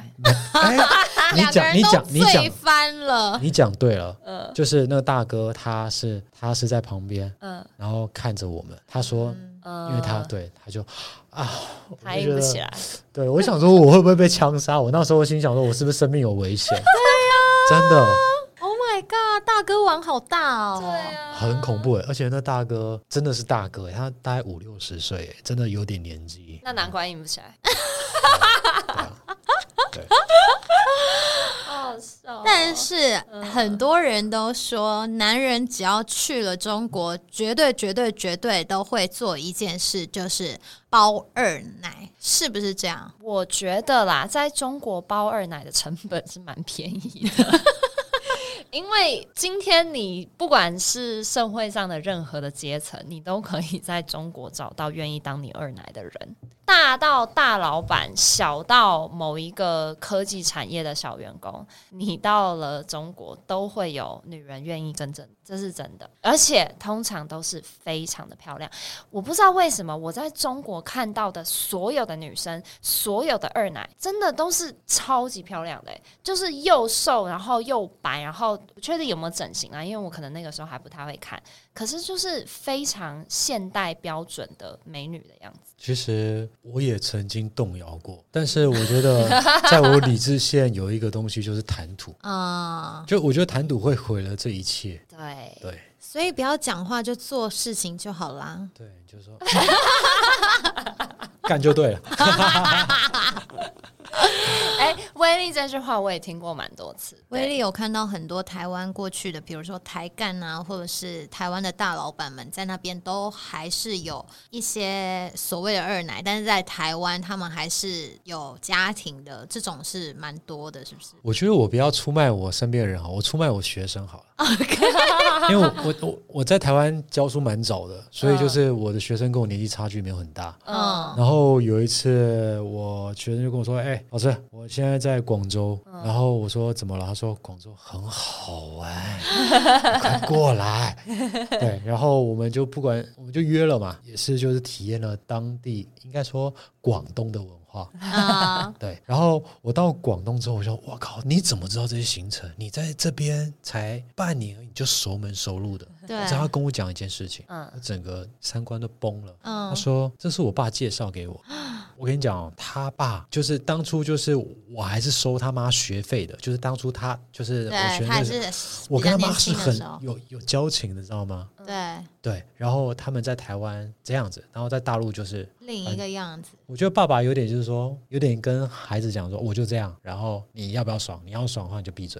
[SPEAKER 3] 哎，你
[SPEAKER 1] 啊两个
[SPEAKER 3] 讲，
[SPEAKER 1] 人
[SPEAKER 3] 你
[SPEAKER 1] 都
[SPEAKER 3] 讲，你
[SPEAKER 1] 醉
[SPEAKER 3] 讲，
[SPEAKER 1] 翻了。
[SPEAKER 3] 你讲对了，
[SPEAKER 2] 嗯
[SPEAKER 3] 就是那个大哥，他是他是在旁边，
[SPEAKER 2] 嗯
[SPEAKER 3] 然后看着我们。他说，
[SPEAKER 2] 嗯，
[SPEAKER 3] 因为他对他就啊，
[SPEAKER 2] 他
[SPEAKER 3] 我就
[SPEAKER 2] 硬不
[SPEAKER 3] 觉得
[SPEAKER 2] 起来。
[SPEAKER 3] 对我想说，我会不会被枪杀？我那时候心想说，我是不是生命有危险？ 对呀，真的
[SPEAKER 1] Oh my god，大哥玩好大哦！
[SPEAKER 2] 啊
[SPEAKER 3] 很恐怖哎！而且那大哥真的是大哥哎，他大概五六十岁欸，真的有点年纪。
[SPEAKER 2] 那难怪硬不起来。
[SPEAKER 3] 对，
[SPEAKER 2] 好 笑
[SPEAKER 1] 但是很多人都说，男人只要去了中国，绝对、绝对、绝对都会做一件事，就是包二奶，是不是这样？
[SPEAKER 2] 我觉得啦，在中国包二奶的成本是蛮便宜的。因为今天你不管是社会上的任何的阶层，你都可以在中国找到愿意当你二奶的人，大到大老板，小到某一个科技产业的小员工，你到了中国都会有女人愿意真正，这是真的，而且通常都是非常的漂亮。我不知道为什么我在中国看到的所有的女生，所有的二奶，真的都是超级漂亮的、欸就是又瘦，然后又白，然后不确定有没有整形啊，因为我可能那个时候还不太会看，可是就是非常现代标准的美女的样子。
[SPEAKER 3] 其实我也曾经动摇过，但是我 觉得在我理智线有一个东西就是谈吐，
[SPEAKER 1] 啊、
[SPEAKER 3] 就我觉得谈吐会毁了这一切。
[SPEAKER 2] 对，
[SPEAKER 3] 对
[SPEAKER 1] 所以不要讲话，就做事情就好啦。
[SPEAKER 3] 对，就是说 干就对了。
[SPEAKER 2] 哎、威力这句话我也听过蛮多次。
[SPEAKER 1] 威力有看到很多台湾过去的，比如说台干啊，或者是台湾的大老板们，在那边都还是有一些所谓的二奶，但是在台湾他们还是有家庭的，这种是蛮多的，是不是？
[SPEAKER 3] 我觉得我不要出卖我身边的人好，我出卖我学生好了。 因为我我我我在台湾教书蛮早的，所以就是我的学生跟我年纪差距没有很大。
[SPEAKER 2] 嗯，
[SPEAKER 3] 然后有一次，我学生就跟我说：“哎、老师，我现在在广州。然后我说：“怎么了？”他说：“广州很好玩，你快过来。”对，然后我们就不管，我们就约了嘛，也是就是体验了当地应该说广东的文化。
[SPEAKER 1] 啊、
[SPEAKER 3] 对，然后我到广东之后，我说：“我靠，你怎么知道这些行程？你在这边才半年而已，你就熟门熟路的。”
[SPEAKER 1] 对
[SPEAKER 3] 你知道他跟我讲一件事情，
[SPEAKER 2] 嗯
[SPEAKER 3] 我整个三观都崩了。他
[SPEAKER 1] 嗯，啊
[SPEAKER 3] 说：“这是我爸介绍给我。”我跟你讲哦，他爸就是当初就是我还是收他妈学费的，就是当初他就是我学
[SPEAKER 1] 对，
[SPEAKER 3] 生
[SPEAKER 1] 他
[SPEAKER 3] 的
[SPEAKER 1] 也
[SPEAKER 3] 时候，
[SPEAKER 1] 是
[SPEAKER 3] 我
[SPEAKER 1] 比较
[SPEAKER 3] 跟他
[SPEAKER 1] 年
[SPEAKER 3] 妈是
[SPEAKER 1] 轻的
[SPEAKER 3] 很
[SPEAKER 1] 时候，
[SPEAKER 3] 有有交情的，知道吗？
[SPEAKER 1] 对，
[SPEAKER 3] 对，然后他们在台湾这样子，然后在大陆就是，
[SPEAKER 1] 另一个样子，
[SPEAKER 3] 我觉得爸爸有点就是说，有点跟孩子讲说，我就这样，然后你要不要爽？你要爽的话你就闭嘴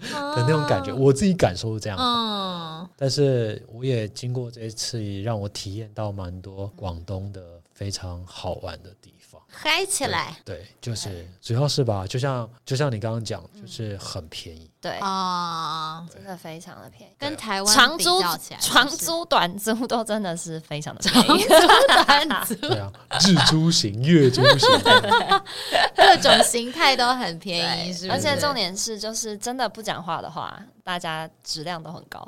[SPEAKER 3] 的那种感觉，我自己感受是这样。
[SPEAKER 1] 啊嗯，
[SPEAKER 3] 但是我也经过这一次，让我体验到蛮多广东的非常好玩的地方。
[SPEAKER 1] 嗨起来
[SPEAKER 3] 对，就是主要是吧，就像就像你刚刚讲，就是很便 宜。
[SPEAKER 2] 对，
[SPEAKER 1] 啊、
[SPEAKER 2] 真的非常的便宜。
[SPEAKER 1] 跟台湾
[SPEAKER 2] 长
[SPEAKER 1] 比
[SPEAKER 2] 租
[SPEAKER 1] 较起来、、
[SPEAKER 2] 长
[SPEAKER 1] 就是
[SPEAKER 2] 租、短租都真的是非常的便宜，
[SPEAKER 3] 对啊，日租型、月租型，
[SPEAKER 1] 各种形态都很便宜，哎是不是？
[SPEAKER 2] 而且重点是，就是真的不讲话的话，大家质量都很高。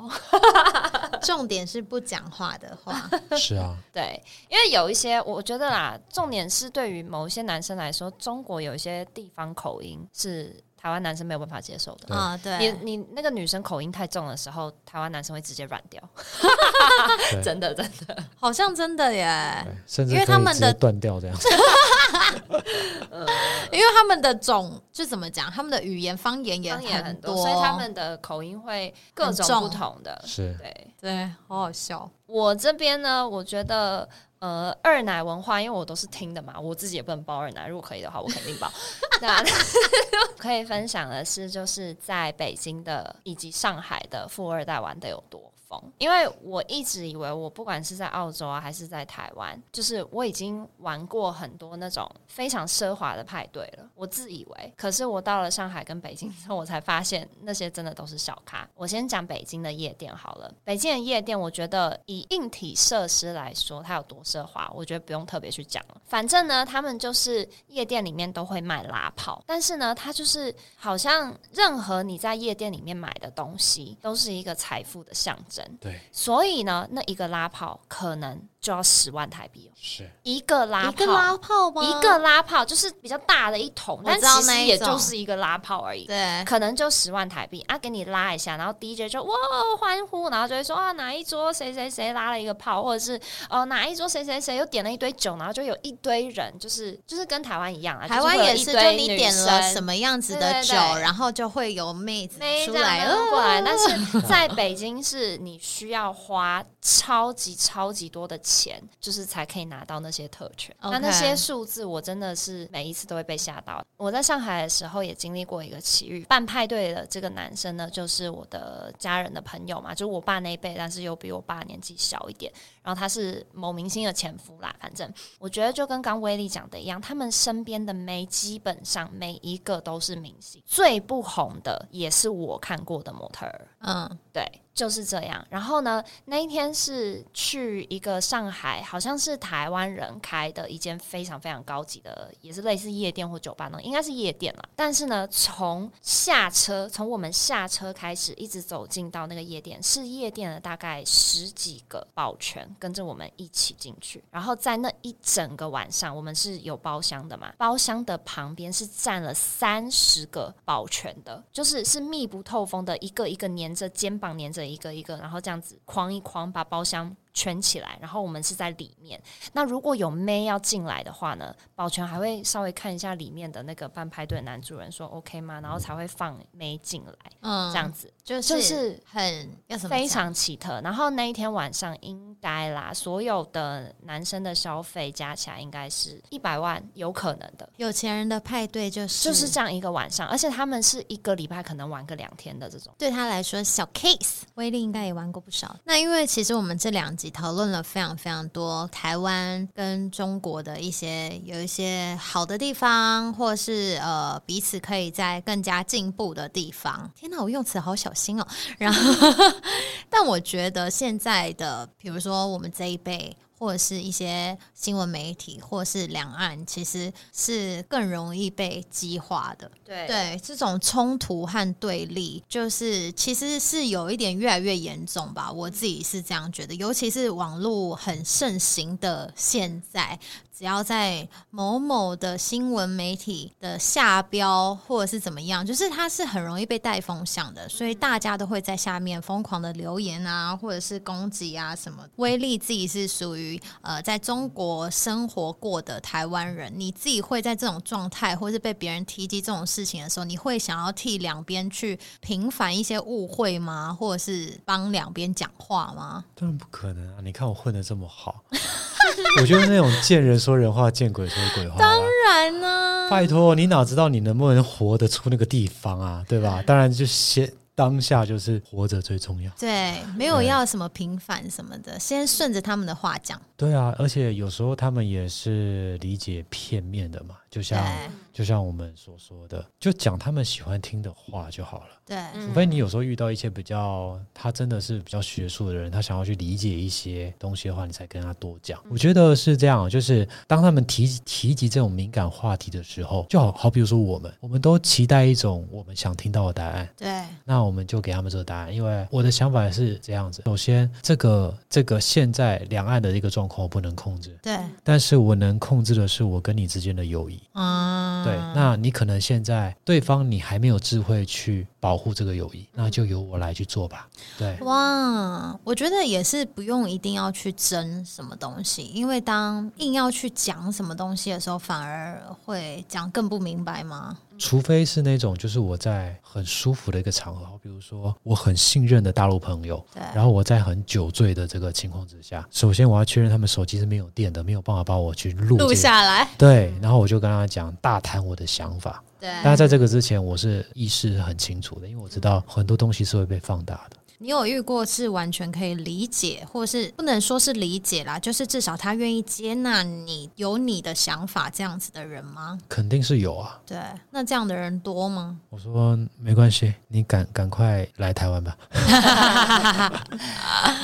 [SPEAKER 1] 重点是不讲话的 话，
[SPEAKER 3] 是啊，
[SPEAKER 2] 对，因为有一些，我觉得啦，重点是对于某一些男生来说，中国有一些地方口音是台湾男生没有办法接受的。
[SPEAKER 3] 对
[SPEAKER 1] 啊，
[SPEAKER 2] 你
[SPEAKER 1] 对，
[SPEAKER 2] 你那个女生口音太重的时候，台湾男生会直接软掉，
[SPEAKER 3] 对
[SPEAKER 2] 真的真的。
[SPEAKER 1] 好像真的耶
[SPEAKER 3] 对，甚至
[SPEAKER 1] 因为他
[SPEAKER 3] 可以
[SPEAKER 1] 们
[SPEAKER 3] 直
[SPEAKER 1] 的
[SPEAKER 3] 接断掉这样。
[SPEAKER 1] 因为他们的种就怎么讲，他们的语言方言也
[SPEAKER 2] 方言很
[SPEAKER 1] 多，
[SPEAKER 2] 所以他们的口音会各种
[SPEAKER 1] 很重
[SPEAKER 2] 不同的。
[SPEAKER 3] 是
[SPEAKER 2] 对，
[SPEAKER 1] 对，好好笑，
[SPEAKER 2] 我这边呢，我觉得呃，二奶文化，因为我都是听的嘛，我自己也不能包二奶，如果可以的话，我肯定包。那 可以分享的是，就是在北京的以及上海的富二代玩的有多疯，因为我一直以为我不管是在澳洲啊，还是在台湾，就是我已经玩过很多那种非常奢华的派对了，我自以为。可是我到了上海跟北京之后，我才发现那些真的都是小咖。我先讲北京的夜店好了，北京的夜店，我觉得以硬体设施来说，它有多奢华，我觉得不用特别去讲了。反正呢，他们就是夜店里面都会卖拉炮，但是呢，它就是好像任何你在夜店里面买的东西，都是一个财富的象征。
[SPEAKER 3] 对，
[SPEAKER 2] 所以呢，那一个拉炮可能就要十万台币哦，
[SPEAKER 3] 是
[SPEAKER 2] 一个拉
[SPEAKER 1] 一
[SPEAKER 2] 炮，
[SPEAKER 1] 个拉炮吗？
[SPEAKER 2] 一个拉炮就是比较大的一桶，
[SPEAKER 1] 我
[SPEAKER 2] 但
[SPEAKER 1] 知道
[SPEAKER 2] 其
[SPEAKER 1] 那
[SPEAKER 2] 实
[SPEAKER 1] 一
[SPEAKER 2] 也
[SPEAKER 1] 种
[SPEAKER 2] 就是一个拉炮而已。
[SPEAKER 1] 对，
[SPEAKER 2] 可能就十万台币啊，给你拉一下，然后 DJ 就哇欢呼，然后就会说啊哪一桌谁谁谁拉了一个炮，或者是哦、呃哪一桌谁谁谁又点了一堆酒，然后就有一堆人，就是就是跟台湾一样啊，
[SPEAKER 1] 台湾也是，就
[SPEAKER 2] 就
[SPEAKER 1] 是
[SPEAKER 2] 会有一
[SPEAKER 1] 你
[SPEAKER 2] 堆
[SPEAKER 1] 点了什
[SPEAKER 2] 么
[SPEAKER 1] 么样子
[SPEAKER 2] 对
[SPEAKER 1] 的
[SPEAKER 2] 对
[SPEAKER 1] 酒，
[SPEAKER 2] 对
[SPEAKER 1] 然后就会有妹子
[SPEAKER 2] 没
[SPEAKER 1] 出来，
[SPEAKER 2] 过来，
[SPEAKER 1] 呃
[SPEAKER 2] 但是在北京是你需要花超级超级多的钱，就是才可以拿到那些特权。
[SPEAKER 1] OK
[SPEAKER 2] 那那些数字我真的是每一次都会被吓到。我在上海的时候也经历过一个奇遇，办派对的这个男生呢，就是我的家人的朋友嘛，就是我爸那一辈，但是又比我爸年纪小一点。然后他是某明星的前夫啦，反正我觉得就跟刚威利讲的一样，他们身边的妹基本上每一个都是明星，最不红的也是我看过的模特儿。
[SPEAKER 1] 嗯，
[SPEAKER 2] 对，就是这样。然后呢，那一天是去一个上海，好像是台湾人开的一间非常非常高级的，也是类似夜店或酒吧那种，应该是夜店了。但是呢，从下车，从我们下车开始，一直走进到那个夜店，是夜店的大概十几个保全跟着我们一起进去。然后在那一整个晚上，我们是有包厢的嘛，包厢的旁边是站了三十个保全的，就是是密不透风的，一个一个粘着肩膀，粘着一个一个，然后这样子框一框把包厢。圈起来，然后我们是在里面。那如果有妹要进来的话呢，保全还会稍微看一下里面的那个半派对男主人说 OK 吗？然后才会放妹进来，
[SPEAKER 1] 嗯
[SPEAKER 2] 这样子。
[SPEAKER 1] 就是
[SPEAKER 2] 就是
[SPEAKER 1] 很要怎么
[SPEAKER 2] 非
[SPEAKER 1] 讲
[SPEAKER 2] 常奇特。然后那一天晚上应该啦，所有的男生的消费加起来应该是一百万，有可能的。
[SPEAKER 1] 有钱人的派对，就是
[SPEAKER 2] 就是这样一个晚上，而且他们是一个礼拜可能玩个两天的这种。
[SPEAKER 1] 对他来说小 case，威力应该也玩过不少。那因为其实我们这两集讨论了非常非常多台湾跟中国的一些有一些好的地方，或是呃彼此可以在更加进步的地方。天哪，我用词好小心哦。 然后，但我觉得现在的，比如说我们这一辈。或者是一些新闻媒体，或是两岸，其实是更容易被激化的。
[SPEAKER 2] 对
[SPEAKER 1] 对这种冲突和对立，就是其实是有一点越来越严重吧。我自己是这样觉得，尤其是网络很盛行的现在，只要在某某的新闻媒体的下标或者是怎么样，就是它是很容易被带风向的，所以大家都会在下面疯狂的留言啊，或者是攻击啊什么的。威力自己是属于呃在中国生活过的台湾人，你自己会在这种状态，或是被别人提及这种事情的时候，你会想要替两边去平反一些误会吗？或者是帮两边讲话吗？
[SPEAKER 3] 当然不可能啊！你看我混的这么好， 我就是那种见人说人话，见鬼说鬼话啦。
[SPEAKER 1] 不然呢？
[SPEAKER 3] 拜托，你哪知道你能不能活得出那个地方啊？对 吧？当然，就先当下就是活着最重要。
[SPEAKER 1] 对，没有要什么平反什么的，先顺着他们的话讲。
[SPEAKER 3] 对啊，而且有时候他们也是理解片面的嘛，就
[SPEAKER 1] 对
[SPEAKER 3] 像就像我们所说的，就讲他们喜欢听的话就好了。
[SPEAKER 1] 对，
[SPEAKER 2] 嗯
[SPEAKER 3] 除非你有时候遇到一些比较他真的是比较学术的人，他想要去理解一些东西的话，你才跟他多讲。我觉得是这样，就是当他们提提及这种敏感话题的时候，就好好比如说我们，我们都期待一种我们想听到的答案。
[SPEAKER 1] 对，
[SPEAKER 3] 那我们就给他们这个答案，因为我的想法是这样子：首先，这个这个现在两岸的一个状况我不能控制，
[SPEAKER 1] 对，
[SPEAKER 3] 但是我能控制的是我跟你之间的友谊。
[SPEAKER 1] 嗯，
[SPEAKER 3] 对，那你可能现在对方你还没有智慧去保护这个友谊，那就由我来去做吧。对，
[SPEAKER 1] 嗯哇，我觉得也是不用一定要去争什么东西，因为当硬要去讲什么东西的时候，反而会讲更不明白嘛。
[SPEAKER 3] 除非是那种就是我在很舒服的一个场合，比如说我很信任的大陆朋友，
[SPEAKER 1] 对，
[SPEAKER 3] 然后我在很酒醉的这个情况之下，首先我要确认他们手机是没有电的，没有办法帮我去录这
[SPEAKER 1] 录
[SPEAKER 3] 个
[SPEAKER 1] 下来，
[SPEAKER 3] 对，然后我就跟他讲大谈我的想法。
[SPEAKER 1] 对
[SPEAKER 3] 但是在这个之前，我是意识是很清楚的，因为我知道很多东西是会被放大的。
[SPEAKER 1] 你有遇过是完全可以理解，或是不能说是理解啦，就是至少他愿意接纳你有你的想法这样子的人吗？
[SPEAKER 3] 肯定是有啊。
[SPEAKER 1] 对，那这样的人多吗？
[SPEAKER 3] 我说没关系，你赶赶快来台湾吧。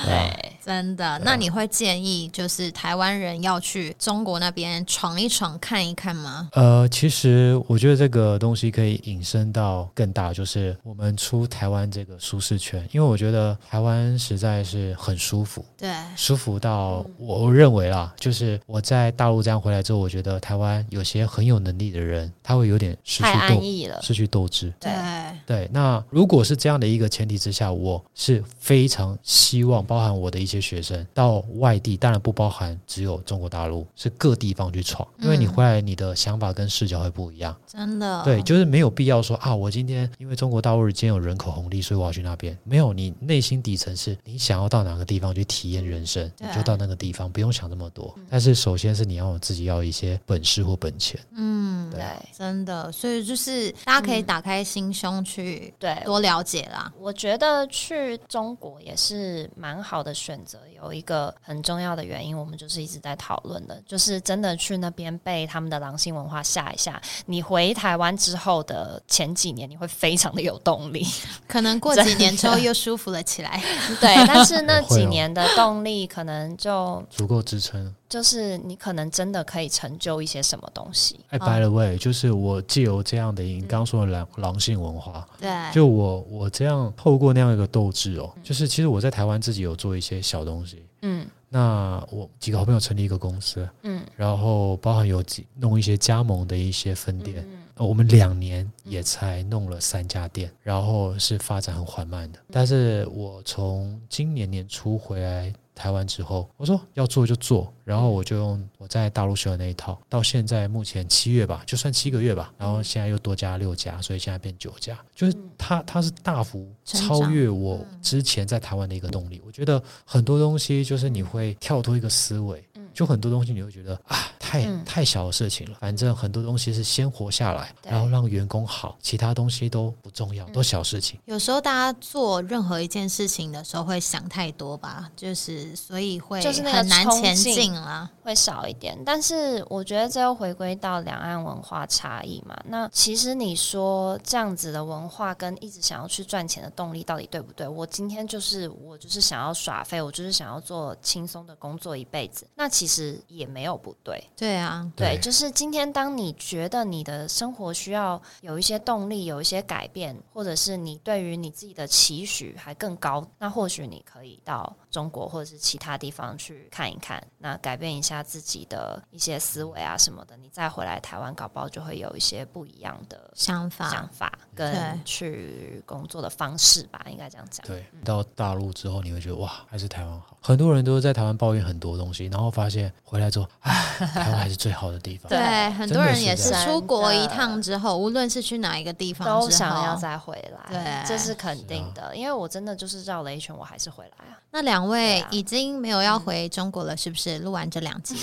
[SPEAKER 2] 对，
[SPEAKER 1] 真
[SPEAKER 3] 嗯
[SPEAKER 1] 的？那你会建议就是台湾人要去中国那边闯一闯、看一看吗？
[SPEAKER 3] 呃，其实我觉得这个东西可以引申到更大，就是我们出台湾这个舒适圈，因为我觉得台湾实在是很舒服，
[SPEAKER 1] 对，
[SPEAKER 3] 舒
[SPEAKER 2] 嗯
[SPEAKER 3] 服到我我认为啦，就是我在大陆这样回来之后，我觉得台湾有些很有能力的人，他会有点失去
[SPEAKER 2] 太安
[SPEAKER 3] 斗
[SPEAKER 2] 逸了。
[SPEAKER 3] 失去斗志。
[SPEAKER 2] 对
[SPEAKER 1] 对，
[SPEAKER 3] 对，那如果是这样的一个前提之下，我是非常希望，包含我的一些学生到外地，当然不包含只有中国大陆，是各地方去闯，因为你
[SPEAKER 1] 嗯
[SPEAKER 3] 回来，你的想法跟视角会不一样。
[SPEAKER 1] 真的，
[SPEAKER 3] 对，就是没有必要说啊，我今天因为中国大陆今天有人口红利，所以我要去那边。没有，你内心底层是你想要到哪个地方去体验人生，你就
[SPEAKER 1] 对
[SPEAKER 3] 到那个地方，不用想那么多。但是首先是你要有自己要有一些本事或本钱。
[SPEAKER 1] 嗯，
[SPEAKER 3] 对
[SPEAKER 2] 对
[SPEAKER 1] 真的，所以就是大家可以
[SPEAKER 2] 嗯
[SPEAKER 1] 打开心胸去
[SPEAKER 2] 对，
[SPEAKER 1] 多了解啦。
[SPEAKER 2] 我觉得去中国也是蛮好的选择，有一个很重要的原因，我们就是一直在讨论的，就是真的去那边被他们的狼性文化吓一吓。你回台湾之后的前几年，你会非常的有动力，
[SPEAKER 1] 可能过几年之后又舒服了起 来。
[SPEAKER 2] 对。但是那
[SPEAKER 3] 会
[SPEAKER 2] 几
[SPEAKER 3] 哦
[SPEAKER 2] 年的动力，可能就
[SPEAKER 3] 足够支撑。
[SPEAKER 2] 就是你可能真的可以成就一些什么东西。
[SPEAKER 3] 哎、b y the way，就是我借由这样的你刚刚说的狼狼性文化，
[SPEAKER 1] 对，
[SPEAKER 3] 就我我这样透过那样一个斗志哦，就是其实我在台湾自己有做一些小东西。
[SPEAKER 2] 嗯
[SPEAKER 3] 那我几个好朋友成立一个公司，
[SPEAKER 2] 嗯
[SPEAKER 3] 然后包含有几弄一些加盟的一些分店，
[SPEAKER 1] 嗯
[SPEAKER 3] 呃我们两年也才弄了三家店，然后是发展很缓慢
[SPEAKER 1] 嗯
[SPEAKER 3] 的。但是我从今年年初回来台湾之后，我说要做就做，然
[SPEAKER 1] 嗯
[SPEAKER 3] 后我就用我在大陆学的那一套，到现在目前七月吧，就算七个月吧，然
[SPEAKER 1] 嗯
[SPEAKER 3] 后现在又多加六家，所以现在变九家，就是它它是大幅
[SPEAKER 1] 成
[SPEAKER 3] 超
[SPEAKER 1] 长嗯
[SPEAKER 3] 越我之前在台湾的一个动力。我觉得很多东西就是
[SPEAKER 1] 嗯
[SPEAKER 3] 你会跳脱一个思维，就很多东西你会觉得啊，太
[SPEAKER 2] 嗯
[SPEAKER 3] 太小的事情了。反正很多东西是先活下来，
[SPEAKER 2] 对嗯
[SPEAKER 3] 然后让员工好，其他东西都不重要，都小事情。
[SPEAKER 1] 有时候大家做任何一件事情的时候会想太多吧，就是所以会
[SPEAKER 2] 就是那个
[SPEAKER 1] 很难
[SPEAKER 2] 冲
[SPEAKER 1] 前
[SPEAKER 2] 劲
[SPEAKER 1] 进啦。
[SPEAKER 2] 会少一点，但是我觉得这又回归到两岸文化差异嘛。那其实你说这样子的文化跟一直想要去赚钱的动力到底对不对？我今天就是我就是想要耍废，我就是想要做轻松的工作一辈子，那其实也没有不对。
[SPEAKER 1] 对啊，
[SPEAKER 2] 对，
[SPEAKER 3] 对
[SPEAKER 2] 就是今天，当你觉得你的生活需要有一些动力，有一些改变，或者是你对于你自己的期许还更高，那或许你可以到中国或者是其他地方去看一看，那改变一下自己的一些思维啊什么的，你再回来台湾，搞不好就会有一些不一样的
[SPEAKER 1] 想法
[SPEAKER 2] 想法跟
[SPEAKER 1] 对
[SPEAKER 2] 去工作的方式吧，应该这样讲。
[SPEAKER 3] 对，到大陆之后，你会觉得哇，还是台湾好。很多人都在台湾抱怨很多东西，然后发现回来之后， 唉，台湾还是最好的地方。
[SPEAKER 2] 对
[SPEAKER 1] 对，很
[SPEAKER 3] 真
[SPEAKER 1] 多
[SPEAKER 3] 的
[SPEAKER 1] 人
[SPEAKER 3] 是
[SPEAKER 1] 也
[SPEAKER 3] 这
[SPEAKER 1] 是
[SPEAKER 2] 样
[SPEAKER 1] 出国
[SPEAKER 2] 真的
[SPEAKER 1] 一趟之后，无论是去哪一个地方之后，
[SPEAKER 2] 都想要再回来，
[SPEAKER 1] 对
[SPEAKER 2] 这是肯定的，因为我真的就是绕了一圈，我还是回来啊。
[SPEAKER 1] 那两位
[SPEAKER 2] 对啊
[SPEAKER 1] 已经没有要回中国了，是不是？录完这两 集，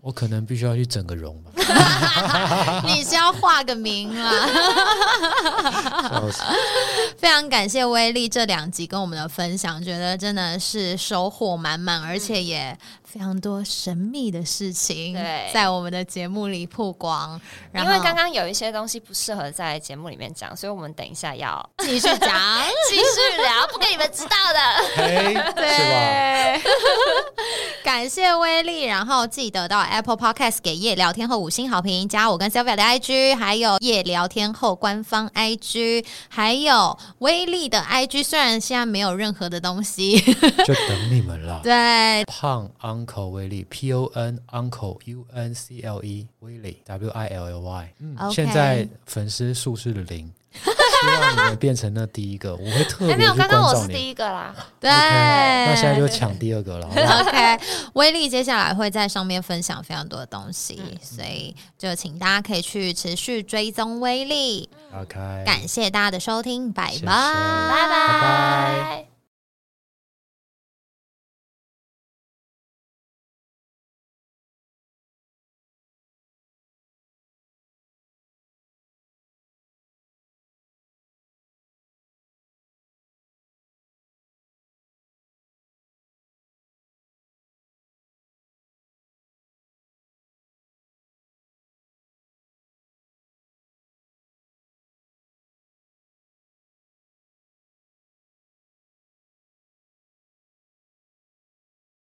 [SPEAKER 3] 我可能必须要去整个容吧。
[SPEAKER 1] 你是要化个名啦。
[SPEAKER 3] 笑死
[SPEAKER 1] 非常感谢威力这两集跟我们的分享，觉得真的是收获满满，
[SPEAKER 2] 嗯
[SPEAKER 1] 而且也非常多神秘的事情
[SPEAKER 2] 对
[SPEAKER 1] 在我们的节目里曝光。然
[SPEAKER 2] 因
[SPEAKER 1] 后
[SPEAKER 2] 为刚刚有一些东西不适合在节目里面讲，所以我们等一下要
[SPEAKER 1] 继续讲，
[SPEAKER 2] 继续聊，不给你们知道的。
[SPEAKER 3] 嘿，是吧？
[SPEAKER 1] 对，感谢威力，然后记得到 Apple Podcast 给夜聊天后五星好评，加我跟 Sylvia 的 IG，还有夜聊天后官方 IG，还有威力的 IG。虽然现在没有任何的东西，
[SPEAKER 3] 就等你们了。
[SPEAKER 1] 对，
[SPEAKER 3] 胖 Uncle 威力，P O N Uncle U N C L E 威力，W I L L Y。嗯
[SPEAKER 1] OK
[SPEAKER 3] 现在粉丝数是零，希望你们变成那第一个，我会特别
[SPEAKER 2] 哎没
[SPEAKER 3] 去
[SPEAKER 2] 有，刚
[SPEAKER 3] 关
[SPEAKER 2] 刚我
[SPEAKER 3] 照
[SPEAKER 2] 是
[SPEAKER 3] 你。
[SPEAKER 2] 第一个啦。
[SPEAKER 1] 对。
[SPEAKER 3] OK，那现在就抢第二个了，好不好
[SPEAKER 1] OK，威力接下来会在上面分享非常多的东西，所以就请大家可以去持续追踪威力。
[SPEAKER 3] 打开。
[SPEAKER 1] 感谢大家的收听，拜
[SPEAKER 3] 哎谢谢
[SPEAKER 1] 拜。
[SPEAKER 2] 拜
[SPEAKER 3] 拜
[SPEAKER 2] 拜。